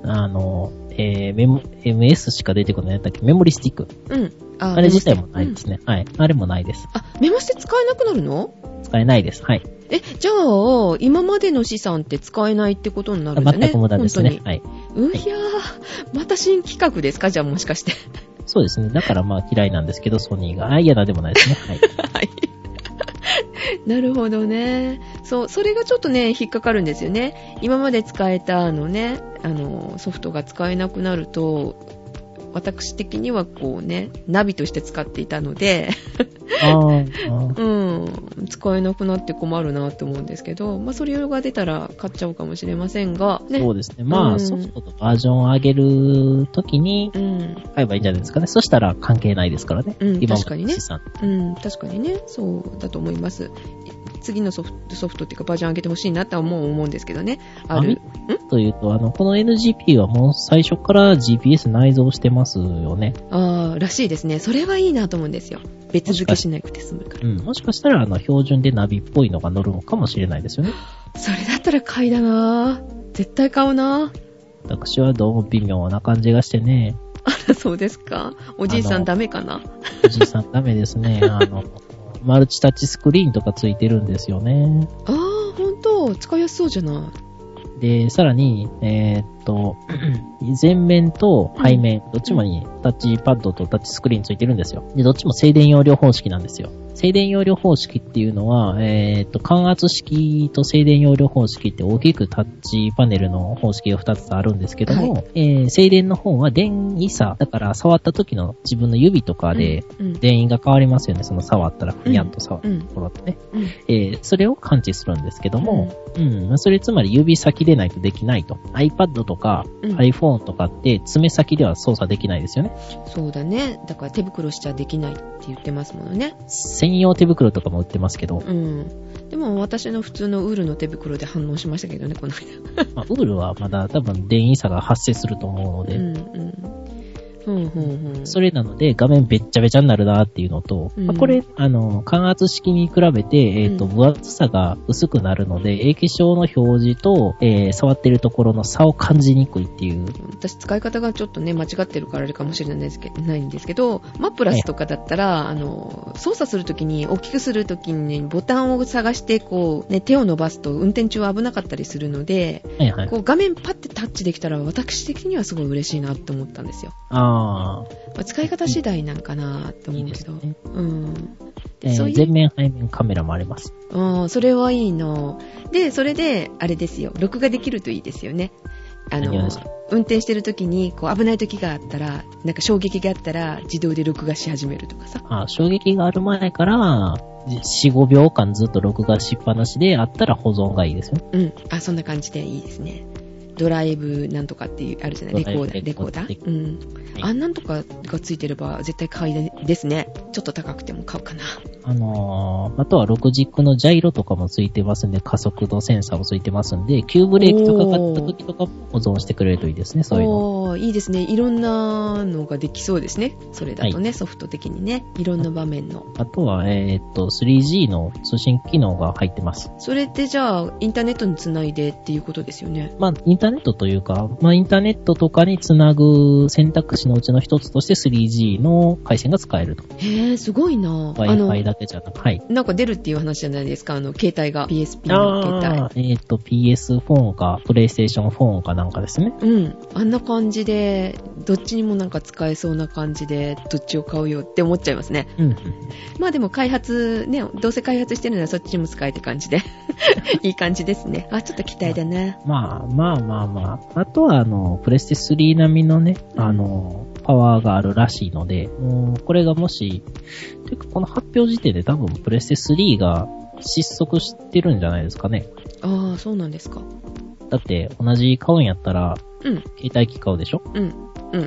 あの、えー、メモ、MS しか出てこないやったっけメモリスティック。うん。ああれ自体もないですね。はい。あれもないです。あ、メモして使えなくなるの使えないです。はい。え、じゃあ、今までの資産って使えないってことになるんだね。全く無駄ですね本。当はい。に。うひゃー。また新企画ですかじゃあもしかして。そう ですね。だからまあ嫌いなんですけど、ソニーが。あ、嫌だでもないですね。はい。はい。なるほどね。そう、それがちょっとね、引っかかるんですよね。今まで使えたあのね、あの、ソフトが使えなくなると、私的にはこうね、ナビとして使っていたの で、あーうん、使えなくなって困るなって思うんですけど、まあ、それが出たら買っちゃうかもしれませんが、ね。そうですね。まうあ、んソフトとバージョンを上げるときにうん、買えばいいんじゃないですかね。そしたら関係ないですからね。うん今も確かにね資産うん、確かにね、そうだと思います。次のソフトソフトっていうかバージョン上げてほしいなとは思う思うんですけどね。ある。というと、あの、この NGP はもう最初から GPS 内蔵してますよね。ああ、らしいですね。それはいいなと思うんですよ。別付けしなくて済むかうん。もしかしたら、あの、標準でナビっぽいのが乗るのかもしれないですよね。ら。それだったら買いだな絶対買うな 私はどうも微妙な感じがしてね、そうですか。おじいさあんのダメかなおじいさんダメで すね。あの、マルチタッチスクリーンとかついてるんですよね。ああー、ほんと。使いやすそうじゃなで、さらに、えーっと、前面と背面、どっちもにタッチパッドとタッチスクリーンついてるんですよ。で、どっちも静電容量方式なんですよ。静電容量方式っていうのは、えーっと、感圧式と静電容量方式って大きくタッチパネルの方式が2つあるんですけども、えー静電の方は電位差、だから触った時の自分の指とかい。で、うん、うん。電位が変わりますよね、その触ったら、ふにゃっと触ったところってね。うん。えーそれを感知するんですけども、うん、それつまり指先でないとできないと。iPad とかうん iPhone とかって爪先では操作できないですよね。そうだね。だから手袋しちゃできないって言ってますものね。専用手袋とかも売ってますけど、うん。でも私の普通のウールの手袋で反応しましたけどね、この間。まあ、ウールはまだ多分電位差が発生すると思うので、うんうん。うんうんうん。それなので画面べっちゃべちゃになるなっていうのと、うんまあこれ、あの、感圧式に比べて、えっ、と、うん分厚さが薄くなるので、液晶の表示と、えー触ってるところの差を感じにくいっていう私使い方がちょっとね、間違ってるからあれかもしれないですけど、ないんですけど、マプラスとかだったら、あの、操作するときに、大きくするときに、ボタンを探して、こう、ね、手を伸ばすと運転中は危なかったりするので、はいはい。こう、画面パッてタッチできたら、私的にはすごい嬉しいなって思ったんですよ。あまあ使い方次第なんかなってあ、思いいうでけすど。ね。うん。えそういーう全面背面カメラもあります。うん、それはいいの。で、それで、あれですよ、録画できるといいですよね。あ何をのですか、運転してる時に、こう、危ない時があったら、なんか衝撃があったら、自動で録画し始めるとかさ。あ衝撃がある前から、4、5秒間ずっと録画しっぱなしであったら保存がいいですよね。うん。あ、そんな感じでいいですね。ドライブなんとかっていう、あるじゃない、レコーダー、レドコーラダイブレー。うん。はいあんなんとかがついてれば、絶対買いですね。ちょっと高くても買うかな。あのーあとは6軸のジャイロとかもついてますんで、加速度センサーもついてますんで、急ブレーキとかかかった時とかも保存してくれるといいですね、そういうの。おーいいですね。いろんなのができそうですね。それだとね、ソフト的にね。いろんな場面の。あとは、えーっと、3G の通信機能が入ってます。それってじゃあ、インターネットにつないでっていうことですよね。まあ、インターネットというか、まあ、インターネットとかにつなぐ選択肢のうちの一つとして 3G の回線が使えると。へえ、すごいなあの、 Wi-Fi だけじゃなく、はい。なんか出るっていう話じゃないですか、あの、携帯が。PSP の携あーえっ、と、PS4 か、PlayStation 4かなんかですね。帯。うん。あんな感じで、どっちにもなんか使えそうな感じで、どっちを買うよって思っちゃいますね。うん。まあでも開発、ね、どうせ開発してるならそっちにも使えって感じ で。いい感じですね。あ、ちょっと期待だな。まあ、まあまあまあ。あとは、あの、プレステ3並みのね、あの、パワーがあるらしいので、うんこれがもし、てかこの発表時点で多分プレステ3が失速してるんじゃないですかね。ああ、そうなんですか。だって、同じ買うんやったら、うん、携帯機買うでしょうん、うん。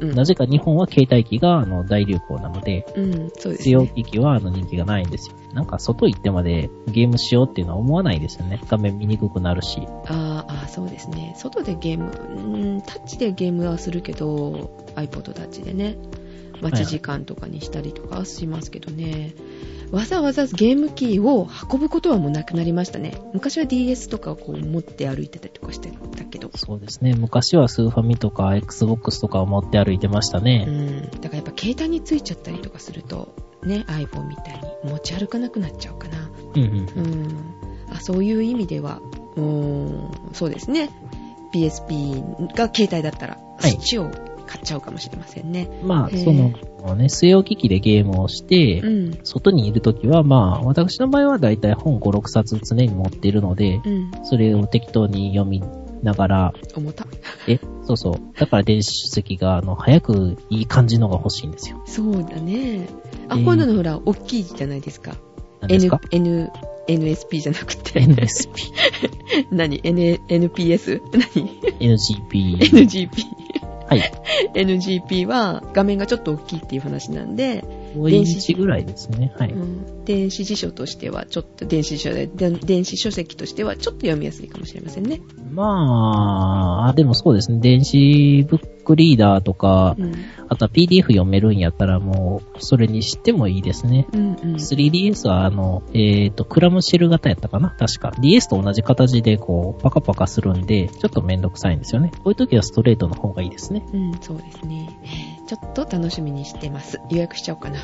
うんなぜか日本は携帯機があの大流行なので、うん、そうです必要ね。機器はあの人気がないんですよ。なんか外行ってまでゲームしようっていうのは思わないですよね。画面見にくくなるし。あーあー、そうですね。外でゲーム、うーんタッチでゲームはするけど、iPod タッチでね、待ち時間とかにしたりとかはしますけどね、わざわざゲームキーを運ぶことはもうなくなりましたね。昔は DS とかをこう持って歩いてたりとかしてたけど。そうですね。昔はスーファミとか Xbox とかを持って歩いてましたうね。ん、だからやっぱ携帯についちゃったりとかすると、ね、iPhone みたいに持ち歩かなくなっちゃうかな。うんうん。うんあそういう意味では、うーん、そうですね。PSP が携帯だったら、いスイッチを買っちゃうかもしれませんね。まあ、へーその、ね、据え置き機でゲームをして、うん。外にいるときは、まあ、私の場合はだいたい本5、6冊常に持っているので、うん。それを適当に読みながら、重た。え、そうそう。だから電子書籍が、あの、早くいい感じのが欲しいんですよ。そうだね。あ、えー今度のほら、大きいじゃないですか。何ですか N、N、NSP じゃなくて。 NSP、何 ?N、NPS? 何 NGP。 ?NGP。はい。 NGP は画面がちょっと大きいっていう話なんで、 5インチぐらいですね。はうい。ん、電子辞書としてはちょっと、電子辞書で、で電子書籍としてはちょっと読みやすいかもしれませんね。まあ、あでもそうですね。電子ブックリーダーとか、うん。あとは PDF 読めるんやったらもう、それにしてもいいですね。うんうん。 3DS はあの、えっ、と、クラムシェル型やったかな確か。DS と同じ形でこう、パカパカするんで、ちょっとめんどくさいんですよね。こういう時はストレートの方がいいですね。うん、そうですね。ちょっと楽しみにしてます。予約しちゃおうかな。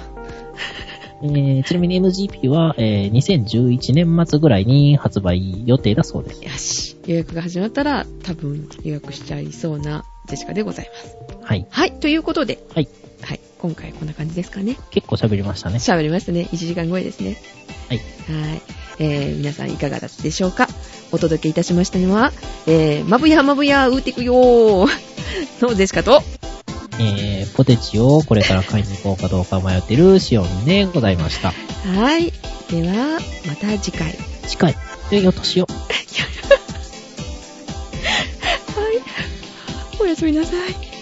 えーちなみに MGP は、えー2011年末ぐらいに発売予定だそうです。よし。予約が始まったら、多分予約しちゃいそうなジェシカでございます。はい。はい。ということで。はい。はい。今回こんな感じですかね。結構喋りましたね。喋りましたね。1時間超えですね。はいはい。えー、皆さんいかがだったでしょうかお届けいたしましたのは、えー、まぶやまぶやうーてくよー のジェシカと、えーポテチをこれから買いに行こうかどうか迷ってるシオンでございました。はい。では、また次回。近い。で、よとしお。はい。おやすみなさい。